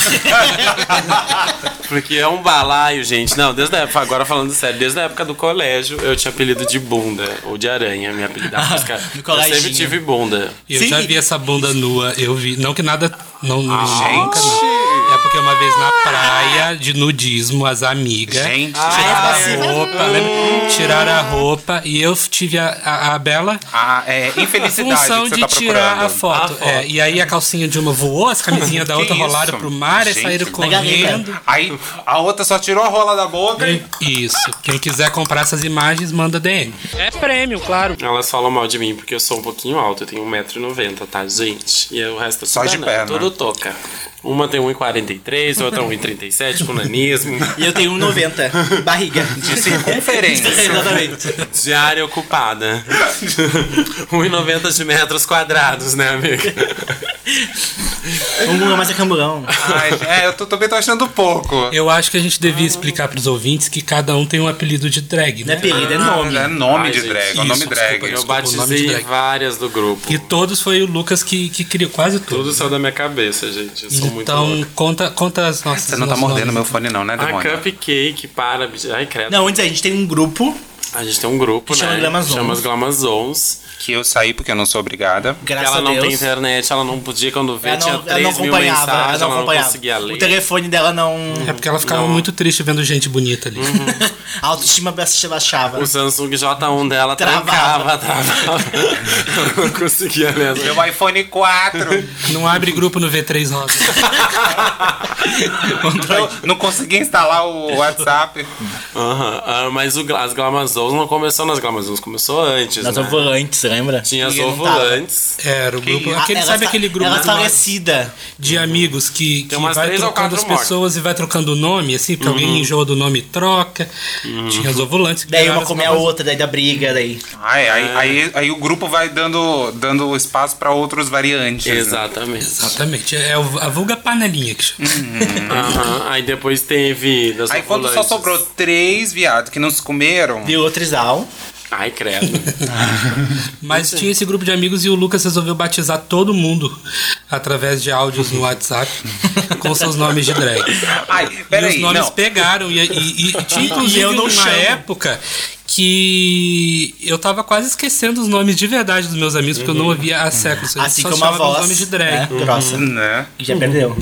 S1: Porque é um balaio, gente. Não, desde a época, agora falando sério, desde a época do colégio, eu tinha apelido de bunda, ou de aranha, minha
S3: (laughs)
S1: apelidava. Os caras-
S3: do
S1: eu
S3: coleginha.
S1: sempre tive bunda.
S4: Eu
S3: Sim.
S4: já vi essa bunda nua, eu vi. Não que nada. Não,
S2: Ah.
S4: não Ah, nunca,
S2: gente.
S4: não. É porque uma vez na praia de nudismo, as amigas.
S2: Gente,
S4: é
S2: Ah, é.
S4: Tiraram a roupa, lembra? Tiraram a roupa e eu tive a, a, a bela
S2: a é, infelicidade
S4: função
S2: que você
S4: de
S2: tá
S4: tirar
S2: procurando.
S4: a foto.
S1: A foto.
S4: É, e aí a calcinha de uma voou, as camisinhas da
S2: Que
S4: outra rolaram
S2: isso?
S4: pro mar e
S2: Gente,
S4: saíram
S2: na
S4: correndo.
S2: Aí a outra só tirou a rola da boca. e-
S4: Isso. Quem quiser comprar essas imagens, manda DM.
S6: É prêmio, claro.
S1: Elas falam mal de mim porque eu sou um pouquinho alto, eu tenho 1,90m, tá, gente? E o resto é
S2: Só de
S1: banana,
S2: perna.
S1: Tudo toca. Uma tem 1,43, outra 1,37 com nanismo. (laughs)
S3: E eu tenho 1,90. Barriga.
S2: De circunferência.
S3: (laughs) Exatamente.
S1: De área ocupada. (laughs) 1,90 de metros quadrados, né, amiga?
S3: Um não é mais é camburão.
S2: Ai, é, eu tô, também tô achando pouco.
S4: Eu acho que a gente devia explicar pros ouvintes que cada um tem um apelido de drag,
S3: Não é
S4: né?
S1: Ah.
S3: apelido, é nome.
S2: É nome
S1: Ai,
S2: de
S1: gente,
S2: drag, é o
S4: isso,
S2: nome drag.
S4: desculpa,
S1: Eu
S4: Desculpa, o nome de
S1: batizei
S4: drag.
S1: várias do grupo.
S4: E todos foi o Lucas que, que criou, quase
S1: Tudo
S4: todos.
S1: saiu da minha cabeça, gente. Eu sou muito
S4: Então,
S1: louco.
S4: conta, conta as nossas.
S2: Você não tá
S4: nossos
S2: mordendo
S4: nomes.
S2: meu fone, não, né,
S1: A
S2: demônio?
S1: Cupcake, para, bicho. Ai, credo.
S3: Tá então. Não, antes a gente tem um grupo,
S1: A gente tem um grupo,
S3: Que
S1: né?
S3: chama Glamazons.
S1: Chama os Glamazons.
S2: Que eu saí porque eu não sou obrigada.
S1: Que
S3: graças
S1: ela
S3: a
S1: não
S3: Deus.
S1: tem internet, ela não podia quando vê,
S3: Ela
S1: tinha
S3: não, ela não
S1: 3 mil
S3: acompanhava,
S1: mensagens,
S3: ela não acompanhava.
S1: conseguia ler.
S3: O telefone dela não. Uhum.
S4: É porque ela ficava
S1: Não.
S4: muito triste vendo gente bonita ali.
S1: Uhum.
S3: (laughs) A autoestima baixava.
S1: O Samsung J1 dela travava,
S3: Travava.
S1: travava. (laughs) Eu não conseguia ler.
S2: Meu iPhone 4.
S4: Não abre grupo no V3 Rosa.
S2: eu não consegui instalar o WhatsApp.
S1: Aham, ah, mas o, gla- as Glamazons não começou nas Glamazons, começou antes.
S3: Nas
S1: né?
S3: ovulantes, lembra?
S1: Tinha as
S3: E não tava.
S1: ovulantes.
S4: É, Era o grupo.
S3: Ah,
S4: Aquele,
S3: ela
S4: sabe
S3: fa-
S4: aquele grupo
S3: Ela
S4: de-
S3: falecida.
S4: de amigos que, que
S1: umas
S4: vai
S1: três ou
S4: trocando
S1: quatro
S4: as
S1: mortes.
S4: pessoas e vai trocando o nome, assim, porque alguém enjoa do nome e troca. Tinha os ovulantes. que
S3: Daí
S4: viraram
S3: uma
S4: as
S3: come a
S4: novas-
S3: outra, daí da briga, daí.
S4: Ah.
S2: Ai, aí, aí, aí o grupo vai dando, dando espaço pra outros variantes. né?
S1: Exatamente.
S4: Exatamente. É o- a vulga panelinha que chama.
S1: Aham, Aí depois teve das
S2: Aí quando só
S1: ovulantes.
S2: sobrou três viados que não se comeram,
S3: Virou trisal.
S1: Ai, credo.
S3: (laughs)
S4: Mas tinha esse grupo de amigos e o Lucas resolveu batizar todo mundo através de áudios
S3: (laughs)
S4: no WhatsApp com seus nomes de drag.
S2: Ai,
S4: E os
S2: peraí,
S4: nomes
S2: não.
S4: pegaram. E, e- e
S3: (laughs)
S4: tinha, inclusive,
S3: eu não
S4: uma
S3: chamo.
S4: época que eu tava quase esquecendo os nomes de verdade dos meus amigos, porque eu não ouvia há séculos. Eu
S3: Uhum. Assim
S4: só
S3: como a
S4: chamava os
S3: voz.
S4: nomes de drag.
S3: né, grossa.
S1: Uhum.
S2: Né?
S3: Já perdeu.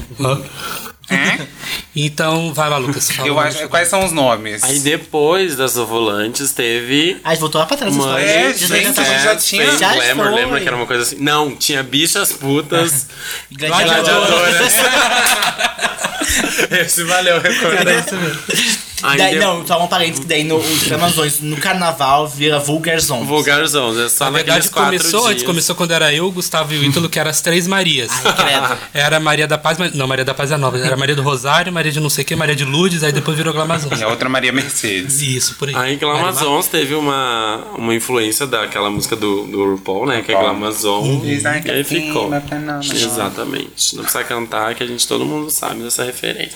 S4: Então, vai lá, Lucas. Fala
S2: Eu
S4: o
S2: acho, quais são os nomes?
S1: Aí depois das volantes teve.
S3: Aí Ah, voltou lá pra trás.
S1: Mãe,
S2: É,
S3: essa
S2: gente,
S3: história.
S2: já tinha-
S1: fez
S3: Já
S1: Glamour,
S3: foi.
S1: lembra que era uma coisa assim? Não, tinha bichas putas
S3: (laughs) Gladiador.
S1: gladiadoras. (laughs) Esse valeu a recomendação. Aí
S3: Daí,
S1: de-
S3: não, só um parênteses que daí no, os Amazões no carnaval vira vulgar zone.
S1: Vulgarzão, é só
S4: Na verdade,
S1: naqueles quatro
S4: começou
S1: dias.
S4: antes, começou quando era eu, o Gustavo e o Ítalo, que eram as três Marias.
S3: credo.
S4: Era Maria da Paz, mas- não, Maria da Paz é nova. Era Maria do Rosário, Maria de não sei o que, Maria de Lourdes, aí depois virou Glamazons.
S2: E a É outra Maria Mercedes.
S4: Isso, por aí.
S1: Aí Glamazons teve uma, uma influência daquela música do, do RuPaul, né? Que é
S2: RuPaul. Uhum.
S1: Glamazon. E aí ficou.
S2: tá As
S1: Exatamente. Não precisa cantar, que a gente todo mundo sabe dessa referência.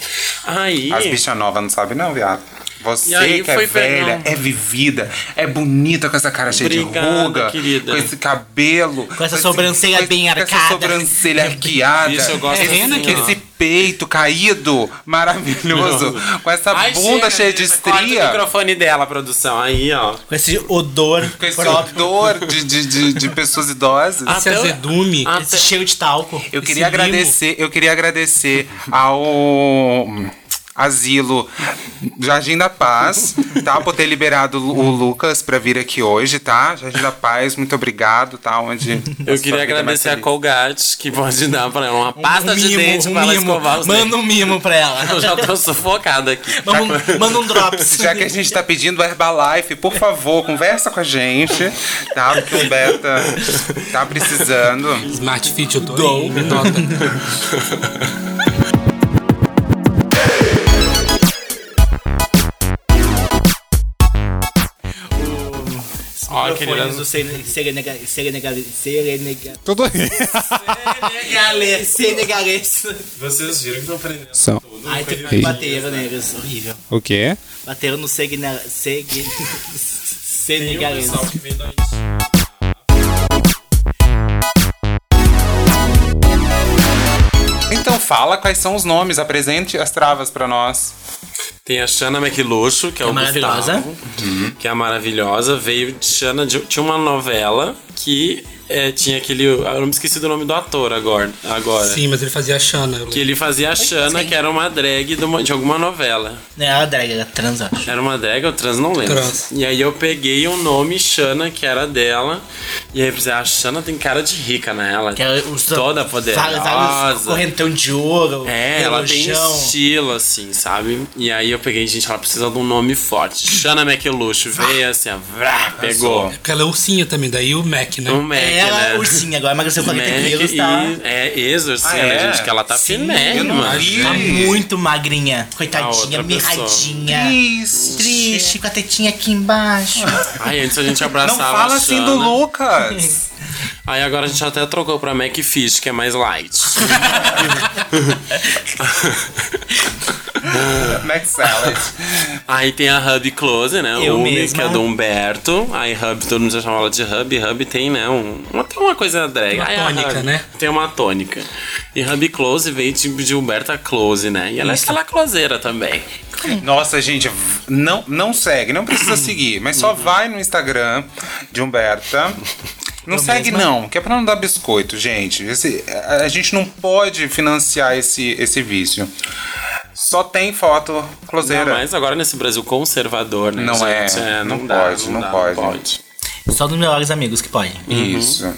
S1: Aí.
S2: bichas novas não sabem, não, viado.
S1: E
S2: Você
S1: aí
S2: que é
S1: foi
S2: velha,
S1: pegar
S2: é vivida, é bonita com essa cara cheia de
S1: Obrigada,
S2: ruga,
S1: querida.
S2: com esse cabelo,
S3: Com essa sobrancelha
S2: com esse-
S3: bem
S2: com essa
S3: arcada. (laughs)
S2: sobrancelha arqueada,
S1: Isso, eu gosto
S2: esse,
S1: assim, ó.
S2: esse peito caído, maravilhoso, com essa
S1: Ai,
S2: bunda
S1: chega,
S2: cheia de
S1: gente, corta o
S2: estria,
S1: microfone dela, produção. Aí, ó.
S3: Com esse odor
S2: com esse
S3: próprio,
S2: odor de, de, de, de pessoas idosas.
S1: Ah,
S4: Esse
S1: até-
S4: azedume.
S3: esse cheiro de talco.
S2: Eu queria
S4: limo.
S2: agradecer, eu queria agradecer ao hum, Asilo Jardim da Paz, tá? Por ter liberado o Lucas pra vir aqui hoje, tá? Jardim da Paz, muito obrigado, tá? Onde é
S1: Eu queria agradecer a Colgate, que pode dar pra ela uma pasta
S3: um
S1: de
S3: mimo,
S1: dente
S3: um
S1: pra ela
S3: mimo.
S1: escovar os dentes.
S3: Manda um mimo pra ela.
S1: Eu já tô sufocada aqui.
S3: Manda um, manda um (laughs) drops.
S2: Já que a gente tá pedindo a Herbalife, por favor, conversa com a gente, tá? Porque o Beta tá precisando.
S4: Smart Fit, eu tô
S3: Dou.
S4: aí, me nota.
S1: (laughs) Ó, querida.
S3: Microfones do Sene- Serenega- Serenegale- Serenega-
S7: Tudo aí.
S3: Serenegale- Senegalês.
S1: Vocês viram que estão prendendo.
S7: São.
S3: Ai, tem- bateram neles. Horrível.
S7: O quê?
S3: Bateram no Segna... Segue... (laughs)
S1: É
S3: Senegalês.
S1: um
S2: Então fala quais são os nomes, apresente as travas pra nós.
S1: Tem a Shana McLuxo, que é, o
S3: maravilhosa.
S1: Gustavo, que é a maravilhosa. Veio de Shana, de, tinha uma novela que é, tinha aquele. Eu me esqueci do nome do ator agora. agora
S4: Sim, mas ele fazia a Xana. eu
S1: Que ele fazia a Shana, que era uma drag de, uma- de alguma novela.
S3: Não era drag, era trans, eu acho.
S1: Era uma drag ou trans, não lembro.
S4: Trans.
S1: E aí eu peguei o nome Shana, que era dela. E aí eu pensei, a Shana tem cara de rica, né? Ela
S3: Que era os-
S1: toda
S3: vários- vários
S1: poderosa.
S3: Correntão de ouro.
S1: É, ela tem
S3: relojão.
S1: estilo, assim, sabe? E aí eu peguei, gente, ela precisa de um nome forte. Shana McLuxo veio assim, ó, vrá, pegou.
S4: Porque ela é ursinha também, daí o Mac, né?
S1: Um Mac,
S3: É, Ela,
S1: né?
S3: ursinha, agora emagreceu 40
S1: Mac
S3: quilos,
S1: e-
S3: tá?
S1: É, exorcina,
S2: Ah, é?
S1: gente, que ela tá
S3: Sim,
S2: eu não
S1: finéima.
S2: vi.
S3: Tá muito magrinha. Coitadinha,
S1: outra pessoa.
S3: mirradinha.
S2: Isso.
S3: Triste, com a tetinha aqui embaixo.
S1: Ai, antes a gente abraçava
S2: Não fala
S1: a
S2: assim
S1: Shana.
S2: do Lucas.
S1: Aí agora a gente até trocou pra Mac Fish, que é mais light.
S2: Mac Salad.
S1: Aí tem a Hub Close, né?
S3: Eu
S1: Umi,
S3: mesma.
S1: que é do Humberto. Aí Hub, todo mundo já chama ela de Hub. Hub tem, né? Um, uma- tem uma coisa drag.
S4: Uma
S1: Aí a
S4: tônica,
S1: Hub
S4: né?
S1: Tem uma tônica. E Hub Close veio de, de Humberta Close, né? E ela é aquela closeira também.
S2: Nossa, gente, não, não segue, não precisa seguir, mas só vai no Instagram de Humberta. Não segue, não, que é pra não dar biscoito, gente. Esse- a, a gente não pode financiar esse, esse vício. Só tem foto
S1: Não,
S2: closeira.
S1: mas agora nesse Brasil conservador, né?
S2: Não é.
S1: gente?
S2: Não pode, não pode.
S3: (laughs)
S2: Uhum.
S3: Só dos melhores amigos que podem.
S2: Isso.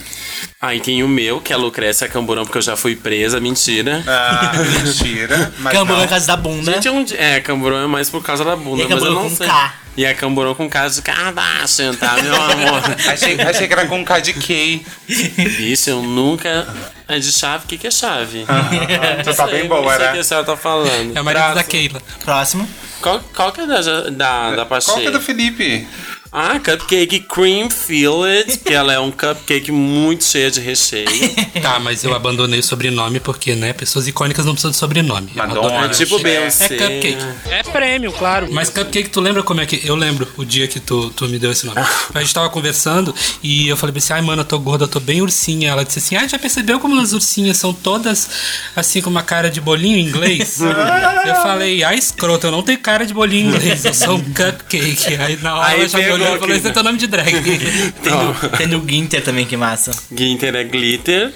S1: Aí tem o meu, que é a Lucrécia Camburão, porque eu já fui presa. Mentira.
S2: Ah, (laughs) mentira. Mas
S3: Camburão é
S2: não.
S3: casa da bunda.
S1: Gente, é um di- é, camburão é mais por causa da bunda,
S3: E é
S1: mas eu
S3: camburão
S1: não
S3: com
S1: sei.
S3: K.
S1: E é camburão com K de Kardashian, tá, meu
S3: (laughs)
S1: amor?
S2: Achei, achei que era com um K de K.
S1: Bicho, eu nunca. É de chave? O que, que é chave?
S2: Você tá bem boa,
S1: Eu não sei o que
S2: né?
S1: a senhora tá falando.
S4: É o marido da Keila.
S3: Próximo.
S1: Qual, qual que é da, da, da
S2: Qual que é
S1: Pacheco?
S2: do Felipe?
S1: Ah, cupcake cream filled, que ela é um cupcake muito cheio de
S2: (laughs)
S1: recheio.
S4: Tá, mas eu abandonei o sobrenome porque, né, pessoas icônicas não precisam de sobrenome. Eu
S2: Madonna.
S4: adoro-
S1: É tipo
S4: É
S1: Beyoncé.
S4: cupcake.
S6: É prêmio, claro.
S4: Mas cupcake, tu lembra como é que. Eu lembro o dia que tu, tu me deu esse nome. A gente tava conversando e eu falei pra você, ai, mano, eu tô gorda, eu tô bem ursinha. Ela disse assim, ai, já percebeu como as ursinhas são todas assim com uma cara de bolinho
S1: (laughs)
S4: em inglês? eu falei, ai, escroto, eu não tenho cara de bolinho em inglês, eu sou um cupcake. Aí na hora
S1: Aí
S4: ela já me
S1: pegou
S4: olhou e falou,
S1: aqui,
S4: esse é
S1: né?
S4: teu nome de drag.
S1: (laughs) Então,
S3: Tem, do, tem do Ginter também, que massa.
S1: Ginter é glitter.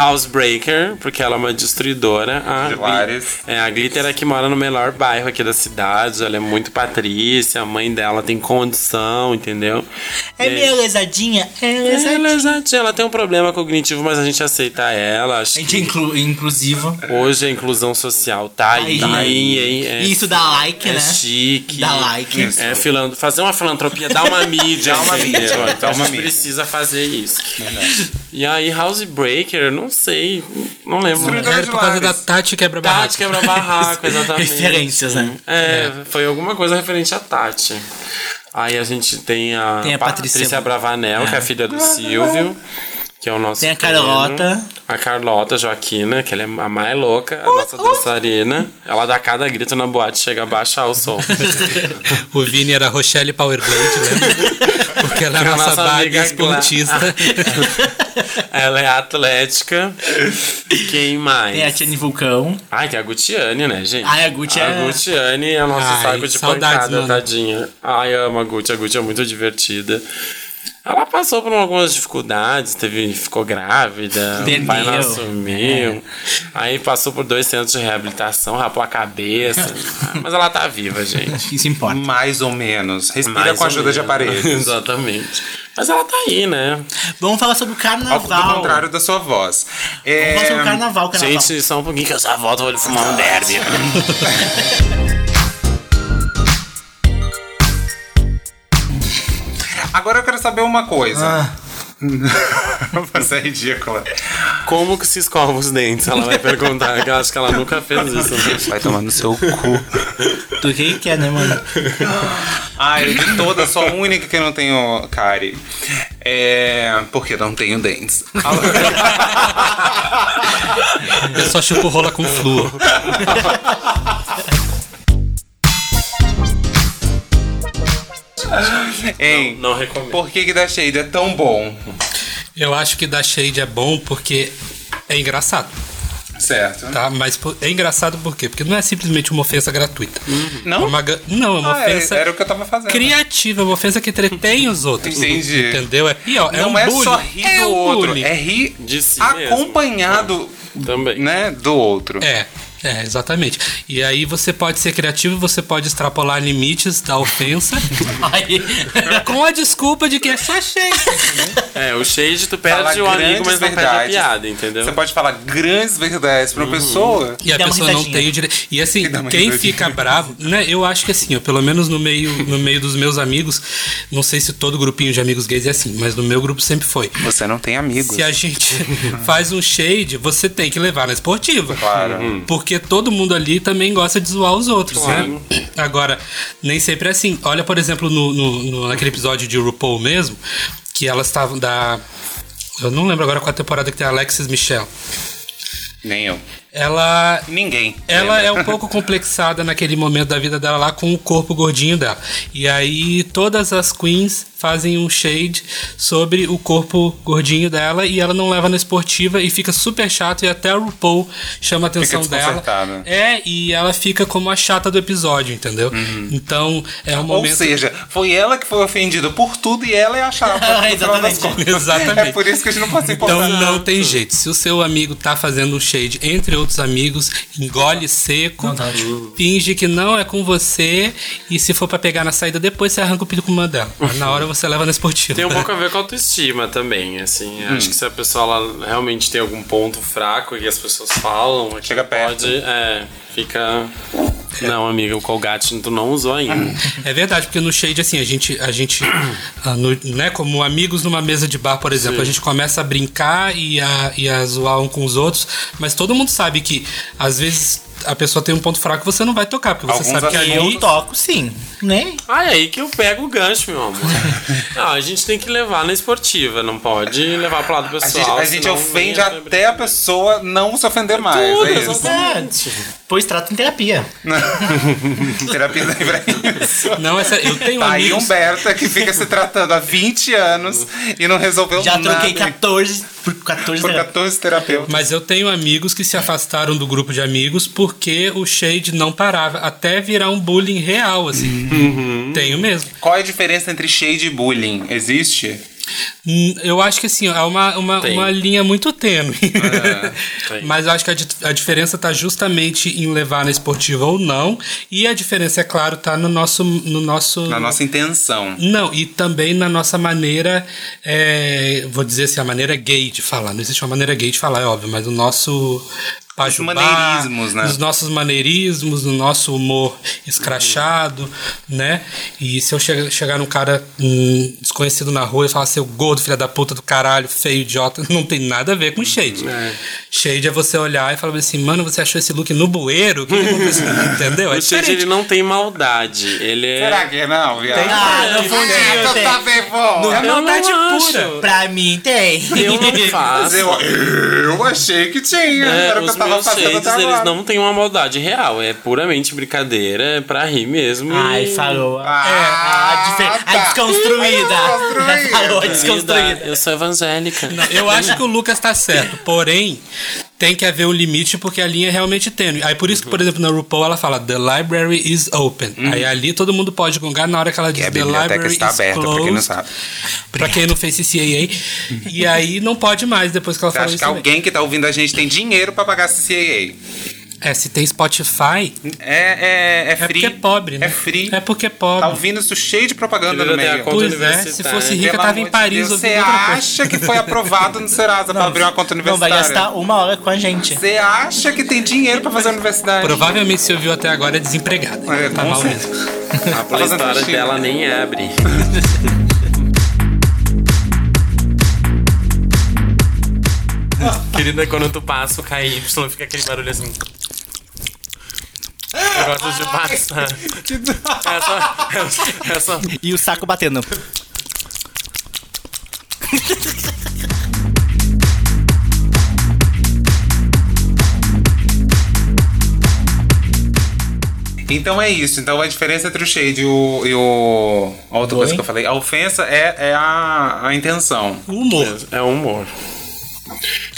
S1: Housebreaker, porque ela é uma destruidora. A,
S2: Pilares.
S1: Gli- é, a Glitter é que mora no melhor bairro aqui da cidade. Ela é muito patrícia, a mãe dela tem condição, entendeu?
S3: É
S1: E-
S3: meio lesadinha? É
S1: Ela,
S3: lesadinha.
S1: é exatinha, ela tem um problema cognitivo, mas a gente aceita ela. Acho
S3: A
S1: que
S3: gente é inclu, inclusivo.
S1: hoje a inclusão social tá aí.
S3: Tá aí.
S1: hein? É-
S3: E isso dá like,
S1: é
S3: né?
S1: chique.
S3: Dá like.
S2: Isso.
S1: É, filan- fazer uma filantropia, dá uma
S3: (laughs)
S1: mídia,
S2: Dá uma
S1: entendeu?
S2: mídia,
S1: Então
S2: dá uma
S1: a gente
S2: mídia.
S1: precisa fazer isso. E aí, Housebreaker, não sei, não lembro.
S2: Destruidor.
S4: Era por causa da Tati quebra
S1: Tati quebra
S3: (laughs)
S1: barraco, exatamente.
S3: Referências, né?
S1: É, foi alguma coisa referente à Tati. Aí a gente tem a,
S3: Tem a Patrícia- Ah,
S1: Bravanel, que é a filha do Silvio, que é o nosso
S3: Tem a
S1: terreno.
S3: Carlota.
S1: A Carlota Joaquina, que ela é a mais louca, a nossa dançarina. Ela dá cada grito na boate, chega a baixar o
S3: (laughs)
S1: som.
S4: O Vini era Rochelle Powerblade,
S1: (laughs)
S4: lembra? Porque ela é a
S1: Que é a
S4: nossa
S1: nossa
S4: Barbie
S1: amiga
S4: esportista.
S1: Ela é atlética. Quem mais?
S3: Tem É a Tiane Vulcão.
S1: Ai, tem a Gutiane, né, gente?
S3: Ai, a Gucci
S1: a
S3: é-
S1: Gutiane é o nosso
S4: Ai,
S1: saco de
S4: saudades,
S1: pancada,
S4: mano.
S1: tadinha. Ai, eu amo a Gucci. A Gucci é muito divertida. Ela passou por algumas dificuldades, teve, ficou grávida, o pai não
S3: Perdeu. É.
S1: assumiu. Aí passou por dois centros de reabilitação, rapou a
S3: (laughs)
S1: cabeça. Mas ela tá viva, gente.
S3: Isso importa.
S2: Mais ou menos. Respira
S1: Mais
S2: com
S1: ou
S2: a ajuda
S1: menos.
S2: de aparelhos.
S1: (laughs) Exatamente. Mas ela tá aí, né?
S3: Vamos falar sobre o
S2: Ao
S3: carnaval.
S2: do contrário da sua voz.
S3: Vamos falar sobre o
S2: É,
S3: carnaval, carnaval.
S1: Gente, só um pouquinho que eu já volto, eu vou fumar um derby.
S2: agora eu quero saber uma
S3: Ah.
S2: coisa. (laughs) Você é ridícula.
S1: Como que se escova os dentes? Ela vai perguntar, que eu acho que ela nunca fez isso. né?
S2: Vai tomar no seu cu.
S3: tu que quer,
S1: (laughs)
S3: né, mano?
S2: Ai, de todas, sou a única que não tenho cárie. É. Porque eu não tenho dentes.
S4: Eu só chupo rola com flúor.
S2: (laughs) Hein?
S1: Não recomendo.
S2: Por que, que da Shade é tão bom?
S4: Eu acho que da Shade é bom porque é engraçado,
S2: Certo.
S4: tá? Mas por- é engraçado por quê? Porque não é simplesmente uma ofensa gratuita.
S2: Não?
S4: É uma ga- Não, é uma
S2: Uhum. Ah, é-
S4: ofensa
S2: era o que eu tava fazendo.
S4: criativa, é uma ofensa que entretém os outros.
S2: Entendi.
S4: Entendeu? É pior, é
S2: não
S4: um
S2: é
S4: bullying.
S2: só rir
S4: é
S2: do
S4: um
S2: outro,
S4: bullying.
S2: é rir
S1: De si mesmo.
S2: acompanhado
S1: Também.
S2: né, do outro.
S4: É, é, exatamente. E aí você pode ser criativo, você pode extrapolar limites da
S2: (laughs)
S4: ofensa
S3: Ai.
S4: com a desculpa de que é só Shade.
S1: É, o shade tu
S2: Falar
S1: perde o amigo,
S2: grandes
S1: mas não perde a
S2: verdades.
S1: piada, entendeu?
S4: Então?
S2: Você pode falar grandes verdades pra uma
S4: Uhum.
S2: pessoa.
S4: E a
S3: Dá uma
S4: pessoa não
S3: risadinha.
S4: tem o direito. E assim,
S2: dá uma
S4: quem
S2: risadinha.
S4: fica bravo, né? Eu acho que assim, ó, pelo menos no meio, no meio dos meus amigos, não sei se todo grupinho de amigos gays é assim, mas no meu grupo sempre foi.
S2: Você não tem amigos.
S4: Se a gente (laughs) faz um shade, você tem que levar na esportiva.
S2: Claro.
S4: Uhum. Porque todo mundo ali também gosta de zoar os outros, né? Agora, nem sempre é assim. Olha, por exemplo, no, no- no- naquele episódio de RuPaul mesmo, que elas estavam da. Eu não lembro agora qual a temporada que tem a Alexis Michel.
S2: Nem eu.
S4: Ela
S2: Ninguém.
S4: ela
S2: lembra.
S4: é um pouco complexada naquele momento da vida dela lá com o corpo gordinho dela. E aí todas as queens fazem um shade sobre o corpo gordinho dela e ela não leva na esportiva e fica super chato e até o RuPaul chama a atenção dela.
S2: desconcertada.
S4: É, e ela fica como a chata do episódio, entendeu? Então é um
S2: Uhum. Ou
S4: momento
S2: seja, foi ela que foi ofendida por tudo e ela é a
S4: (laughs)
S2: chata. no final das
S3: Exatamente.
S2: contas.
S4: Exatamente.
S2: É por isso que a gente não pode se importar.
S4: Então não tem jeito. Se o seu amigo tá fazendo um shade entre outros amigos, engole seco, finge que não é com você e se for pra pegar na saída depois você arranca o pico com uma dela. Mas Na hora você leva na esportiva.
S1: Tem um pouco a ver com a autoestima também, assim.
S2: Hum.
S1: Acho que se a pessoa ela realmente tem algum ponto fraco que as pessoas falam, é que
S2: Chega perto.
S1: pode, é, fica. Não, amiga, o Colgate tu não usou ainda.
S4: (laughs)
S2: Hum.
S4: É verdade, porque no shade assim, a gente a gente ah, no- né, como amigos numa mesa de bar, por exemplo, a gente começa a brincar e a, e a zoar um com os outros, mas todo mundo sabe que às vezes a pessoa tem um ponto fraco, você não vai tocar, porque você
S2: Alguns
S4: sabe que
S2: assuntos-
S4: ali.
S3: Eu toco sim, né?
S1: Ah, é aí que eu pego o gancho, meu
S2: (laughs)
S1: amor. não, a gente tem que levar na esportiva, não pode levar pro lado
S2: A gente,
S1: pessoal.
S2: a gente
S1: senão
S2: ofende
S1: ninguém vai
S2: até a pessoa não se ofender mais.
S1: Tudo,
S2: é isso.
S1: exatamente.
S3: Pois trata em terapia.
S2: Terapia da Ibrahim.
S4: Não, é sério, eu tenho
S2: Tá aí
S4: amigos.
S2: Humberta que fica se tratando há 20 anos e não resolveu
S3: Já
S2: nada.
S3: troquei 14 por 14
S2: por
S3: terapia.
S2: 14 terapeutas.
S4: Mas eu tenho amigos que se afastaram do grupo de amigos porque o shade não parava, até virar um bullying real, assim.
S1: Uhum.
S4: Tenho mesmo.
S2: Qual é a diferença entre shade e bullying? Existe?
S4: Hum, Eu acho que assim, ó, é uma, uma,
S1: Tem. É,
S4: uma linha muito tênue. (laughs)
S1: tem.
S4: Mas eu acho que a, di- a diferença tá justamente em levar na esportiva ou não. E a diferença, é claro, tá no nosso. No nosso
S2: Na nossa intenção.
S4: Não, e também na nossa maneira, é, vou dizer assim, a maneira gay de falar. Não existe uma maneira gay de falar, é óbvio, mas o nosso. Pajubá,
S2: maneirismos, né?
S4: Os nossos maneirismos, o nosso humor escrachado, né? E se eu che- chegar num cara hum, desconhecido na rua e falar seu gordo, filha da puta do caralho, feio, idiota, (laughs) não tem nada a ver com shade. Shade é você olhar e falar assim, mano, você achou esse look no bueiro? O que, que aconteceu? Entendeu? É
S1: O Tite,
S4: diferente.
S1: ele não tem maldade. Ele é.
S2: Será que não, viado?
S3: Ah, não
S2: É,
S3: fundiu,
S2: tu tá
S3: tem.
S2: bem bom.
S4: Não,
S3: É
S1: Eu não
S4: Maldade
S1: acho.
S4: pura.
S3: Pra mim tem.
S1: (laughs) Eu
S3: (laughs)
S1: não
S2: Mas
S1: faço.
S2: eu, eu achei que tinha.
S1: É,
S2: Era o que
S1: os
S2: eu tava
S1: meus
S2: fazendo
S1: shades,
S2: até
S1: eles
S2: agora.
S1: não têm uma maldade real. É puramente brincadeira, é pra rir mesmo.
S3: Ai,
S1: E-
S3: falou.
S2: Ah,
S3: é, a, difer- a
S2: tá.
S3: desconstruída.
S2: A desconstruída.
S3: Falou, a
S1: Querida,
S3: desconstruída.
S1: Eu sou evangélica.
S4: Eu acho que o Lucas tá certo, porém tem que haver um limite porque a linha é realmente tênue. Aí por isso que, por exemplo, na RuPaul ela fala The library is open. Aí ali todo mundo pode gongar na hora que ela diz
S2: Uhum. a
S4: The
S2: biblioteca
S4: library
S2: está
S4: is
S2: aberta, pra
S4: closed.
S2: quem não sabe.
S4: Pra quem não fez CCAA. e aí não pode mais depois que ela
S2: Você
S4: falou
S2: acha
S4: isso.
S2: que
S4: também.
S2: alguém que tá ouvindo a gente tem dinheiro pra pagar CCAA?
S4: É, se tem Spotify,
S2: É, é, é
S4: é
S2: free.
S4: porque é pobre, né?
S2: É free.
S4: É porque é
S2: Tá
S4: pobre.
S2: ouvindo isso cheio de propaganda no
S1: Biblioteca
S2: meio.
S1: com-
S4: pois é,
S1: universitária.
S4: se fosse
S2: né? Pelo
S4: rica tava
S2: amor
S4: em
S2: de
S4: Paris
S2: Deus,
S4: ouvindo
S2: Você
S4: outra coisa.
S2: acha que foi aprovado no Serasa pra abrir uma conta
S3: Não vai
S2: universitária?
S3: gastar uma hora com a gente.
S2: Você acha que tem dinheiro pra fazer a universidade?
S4: Provavelmente se ouviu até agora é desempregada.
S2: É,
S4: tá
S2: com
S4: mal
S2: certeza. Tá
S4: mesmo.
S2: A
S1: A história dela nem abre.
S7: (laughs) Querida, quando tu passa o KY, fica aquele barulho assim. Eu gosto de passar. É só. É só.
S3: E o saco batendo.
S2: Então é isso. Então a diferença entre o shade e o. E o... a Outra coisa que eu falei. A ofensa é, é a, a intenção.
S4: Humor.
S1: É humor.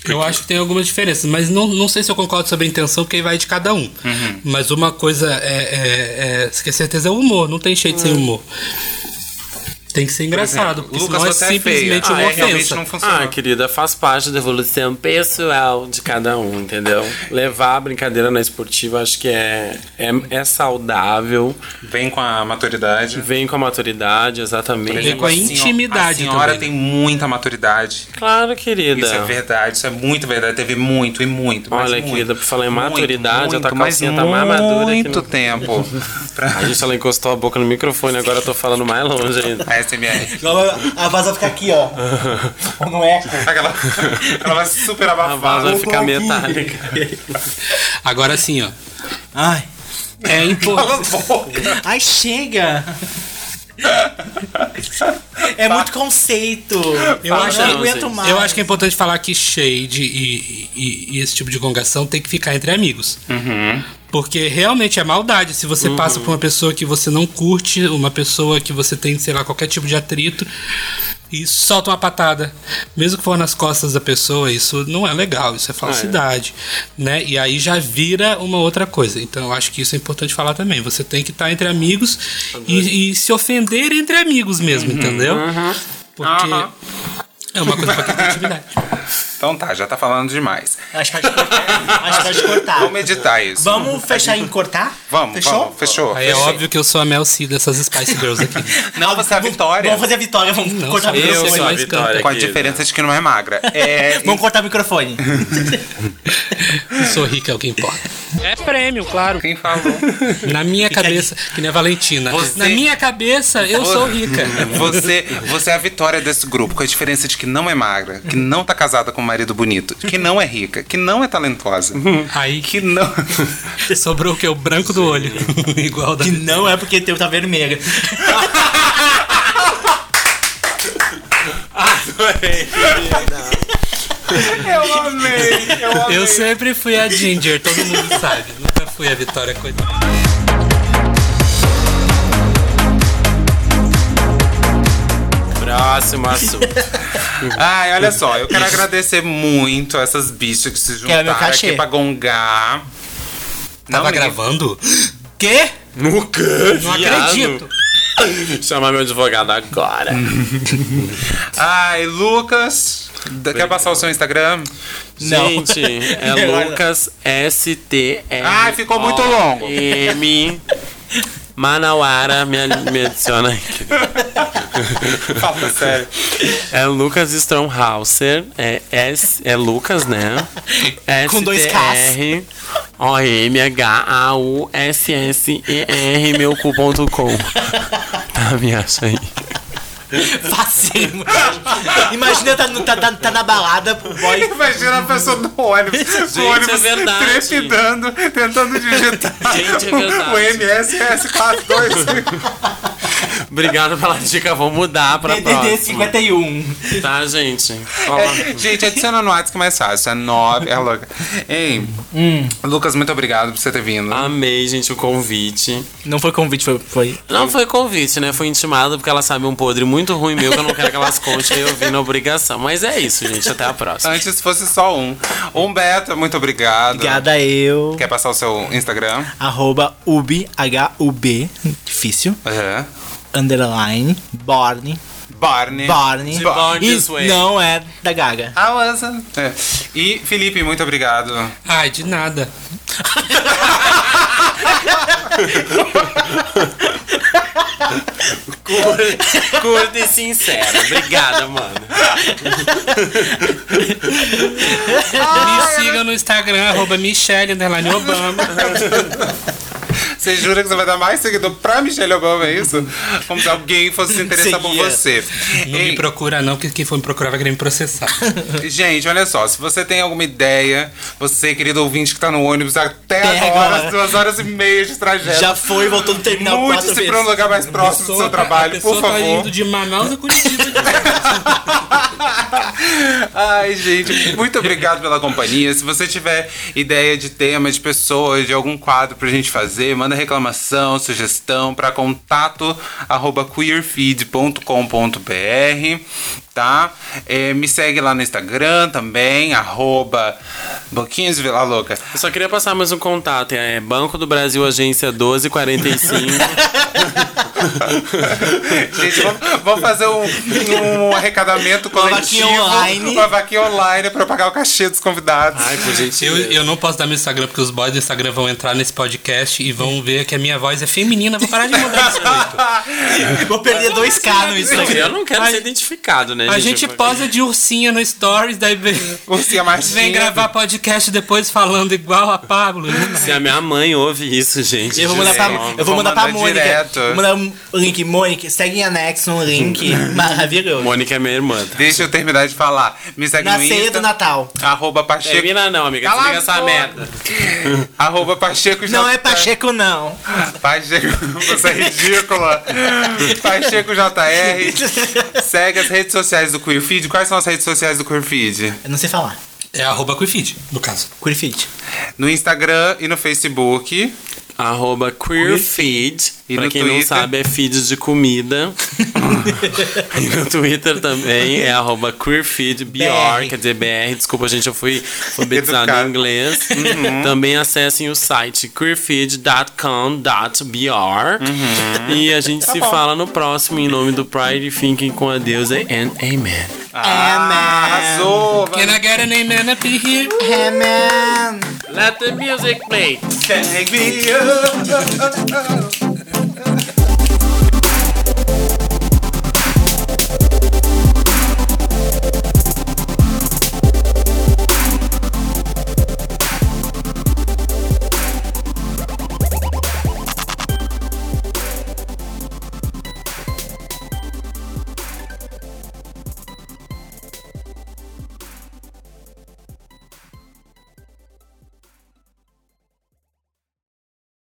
S4: Eu acho que tem algumas diferenças, mas não, não sei se eu concordo sobre a intenção, porque aí vai de cada um.
S2: Uhum.
S4: Mas uma coisa é, é, é, que é certeza é o humor, não tem jeito sem humor. Tem que ser engraçado, porque senão é
S2: você é feio.
S4: simplesmente
S2: Ah,
S4: uma
S2: é, realmente
S4: ofensa.
S2: não funciona.
S1: Ah, querida, faz parte da evolução pessoal de cada um, entendeu? Levar a brincadeira na esportiva acho que é, é, é saudável.
S2: Vem com a maturidade.
S1: Vem com a maturidade,
S2: Por
S1: exatamente.
S4: exemplo, com a
S2: senho-
S4: intimidade
S2: A senhora
S4: também,
S2: tem muita maturidade.
S1: Claro, querida.
S2: Isso é verdade, isso é muito verdade. Teve muito e muito. mas
S1: Olha,
S2: muito,
S1: querida, pra falar em
S2: muito,
S1: maturidade,
S2: muito,
S1: a tua
S2: mas
S1: calcinha tá mais madura que
S2: Muito
S1: não- (laughs)
S2: tempo. pra
S1: A gente ela encostou a boca no microfone, agora eu tô falando mais longe ainda.
S2: a SMR.
S3: A vaza fica aqui, ó. Não é?
S2: Aquela, (laughs) ela vai super
S1: A voz
S2: abafada.
S1: vai ficar metálica.
S4: Agora sim, ó.
S3: Ai.
S4: É importante.
S1: (laughs)
S2: Cala a boca.
S3: Ai, chega! É muito conceito. Eu
S1: Fala
S3: acho que
S1: não,
S3: não aguento
S1: gente.
S3: mais.
S4: Eu acho que é importante falar que shade e, e- e esse tipo de congação tem que ficar entre amigos. Porque realmente é maldade. Se você passa por uma pessoa que você não curte, uma pessoa que você tem, sei lá, qualquer tipo de atrito, e solta uma patada. Mesmo que for nas costas da pessoa, isso não é legal, isso é falsidade. né? E aí já vira uma outra coisa. Então eu acho que isso é importante falar também. Você tem que estar entre amigos e, e se ofender entre amigos mesmo, entendeu? Porque
S2: Aham.
S4: é uma coisa pra quem tem intimidade.
S2: Então tá, já tá falando demais.
S3: Acho que pode cortar. Acho que pode cortar.
S2: Vamos editar isso.
S3: Tá. Vamos fechar em cortar?
S2: Vamos,
S3: Fechou?
S2: vamos, fechou.
S4: Aí é óbvio que eu sou a Mel C dessas Spice Girls aqui. Então,
S2: Não, você é a Vitória.
S3: Vamos fazer a vitória, vamos
S4: Não,
S3: cortar o
S4: sou eu,
S1: Eu
S3: microfone.
S1: sou a
S4: mais
S1: Vitória.
S2: Com a
S1: querida.
S4: né?
S2: diferença de que não é magra.
S3: (laughs)
S2: É,
S3: Vamos cortar o microfone.
S4: Eu sou rica, é o que importa.
S6: É prêmio, claro.
S2: quem falou?
S4: Na minha cabeça, que nem a Valentina.
S2: Você-
S4: Na minha cabeça, eu sou rica.
S2: Você, você é a Vitória desse grupo, com a diferença de que não é magra, que não tá casada casada com um marido bonito, que não é rica, que não é talentosa,
S4: Aí
S2: que não.
S4: sobrou o que? O branco
S2: (laughs)
S4: do olho. Igual da.
S3: Que não é porque teu tá vermelho.
S2: Eu amei, eu amei.
S4: Eu sempre fui a Ginger, todo mundo sabe. Nunca fui a Vitória Tá Coitada.
S1: Próximo assunto.
S2: (laughs) Ai, olha só, eu quero agradecer muito a essas bichas que se
S3: Quero meu
S2: juntaram
S3: cachê.
S2: aqui pra gongar. Não,
S4: Tava
S2: menina,
S4: gravando? Quê?
S1: No quê?
S4: Não
S1: viado?
S4: acredito.
S1: Chamar meu advogado agora.
S2: Ai, Lucas, quer passar o seu Instagram?
S3: Não.
S1: Gente, é
S3: Agora-
S1: Lucas ST.
S2: Ai, ficou muito longo.
S1: M. Manauara, me, me adiciona aqui.
S2: Fala sério.
S1: É Lucas Stromhauser. É, S, é Lucas, né?
S3: Com dois Ks.
S1: S-T-R, O-M-H-A-U-S-S-E-R, meu cu.com. Tá, me acha aí.
S3: Facinho. Imagina, tá, no- tá, tá, tá na balada pro boy.
S2: Imagina a pessoa no ônibus,
S1: (laughs) Gente,
S2: o ônibus
S1: é verdade.
S2: trepidando, tentando digitar
S1: (laughs) Gente, é verdade.
S2: o MSS42.
S1: Obrigado pela dica, vou mudar pra
S3: DDD
S1: próxima.
S3: 51.
S1: Tá, gente? Coloca.
S2: Gente, adiciona no WhatsApp que é mais fácil, é 9, é louca. Ei, Lucas, muito obrigado por você ter vindo.
S1: Amei, gente, o convite.
S3: Não foi convite, foi. foi.
S1: Não foi convite, né? Foi intimado porque ela sabe um podre muito ruim meu que eu não quero que elas conte aí eu vim na obrigação. Mas é isso, gente. Até a próxima.
S2: Antes fosse só um. Humberto, muito obrigado.
S3: Obrigada eu.
S2: Quer passar o seu Instagram?
S3: Arroba UB, H-U-B, difícil.
S2: Uhum.
S3: Underline, Borne.
S2: Barney.
S3: Barney.
S1: Born
S3: E
S1: This Way.
S3: não é da Gaga.
S2: Ah, essa. É. E Felipe, muito obrigado.
S4: Ai, de nada.
S1: Cur- Curta e sincera. Obrigada, mano.
S2: Ah,
S4: Me siga no Instagram, arroba Michelle underline Obama.
S2: Você jura que você vai dar mais seguidor pra Michelle Obama, é isso? Como se alguém fosse se interessar por
S3: Seguia.
S2: você.
S4: Não me
S2: Ei,
S4: procura, não, porque quem for me procurar vai querer me processar.
S2: Gente, olha só, se você tem alguma ideia, você, querido ouvinte que tá no ônibus até
S3: Até
S2: agora,
S3: agora.
S2: duas horas e meia de trajeto.
S3: Já foi, voltou no terminal quatro
S2: Mude-se pra um
S3: vezes.
S2: lugar mais próximo do seu trabalho, por
S4: A pessoa tá
S2: favor.
S4: indo de Manaus a Curitiba.
S2: (laughs) Ai, gente, muito obrigado pela companhia. Se você tiver ideia de tema, de pessoa, de algum quadro pra gente fazer, manda reclamação, sugestão pra contato arroba queerfeed.com.br, tá? É, me segue lá no Instagram também, arroba Boquinhas de Vila Louca. (laughs)
S1: Eu só queria passar mais um contato. É Banco do Brasil, agência 1245.
S2: Gente, vamos, vamos fazer um, um arrecadamento coletivo.
S3: vaquinha online.
S2: Uma vaquinha online pra pagar o cachê dos convidados. (laughs)
S1: Ai, por
S4: Eu,
S1: gentileza.
S4: eu não posso dar meu Instagram, porque os boys do Instagram vão entrar nesse podcast e vão ver que a minha voz é feminina. Vou parar de mudar (laughs) isso.
S3: Vou perder 2K no
S1: Não,
S3: Instagram.
S1: eu não quero ser identificado, né?
S4: A gente posa de ursinha no Stories, daí vem,
S2: Ursinha
S3: Tá
S2: Martins.
S4: vem gravar podcast depois falando igual a Pablo. né?
S1: Se a minha mãe ouve isso, gente.
S3: Eu vou mandar pra,
S1: desculpa.
S3: eu vou mandar pra
S2: mandar
S3: Mônica.
S2: direto.
S3: Vou mandar um link. Mônica, segue em anexo um link maravilhoso.
S1: Mônica é minha irmã. tá?
S2: Deixa eu terminar de falar. Me segue
S3: Na
S2: no
S3: ceia
S2: Insta,
S3: do Natal.
S2: arroba Pacheco.
S1: Termina não, amiga.
S2: Cala
S1: Desliga
S2: a
S1: essa
S2: boca.
S1: merda.
S2: Arroba Pacheco
S3: Não
S2: J-
S3: é Pacheco, não.
S2: (laughs) Pacheco, você é ridícula. Pacheco JR. Segue as redes sociais do Queer Feed. Quais são as redes sociais do Queer Feed?
S3: Eu não sei falar.
S4: É arroba Quifid, no caso.
S3: Curifit.
S2: No Instagram e no Facebook.
S1: Arroba QueerFeed.
S2: é E
S1: pra
S2: no
S1: quem não
S2: Twitter?
S1: sabe, é feed de
S2: (laughs)
S1: comida. e no Twitter também é arroba QueerFeedBR,
S3: BR.
S1: quer dizer BR. Desculpa, gente, eu fui alfabetizado
S2: Educado. Uhum.
S1: em inglês. Também acessem o site queerfeed.com.br.
S2: Uhum.
S1: E a
S2: Tá
S1: gente se fala no próximo. Em nome do Pride, fiquem com a deusa and amen.
S3: Ah.
S2: Ah. Arrasou! vai-
S4: Can I get an amen up in here?
S3: É, man.
S1: Let the music play.
S2: Segue.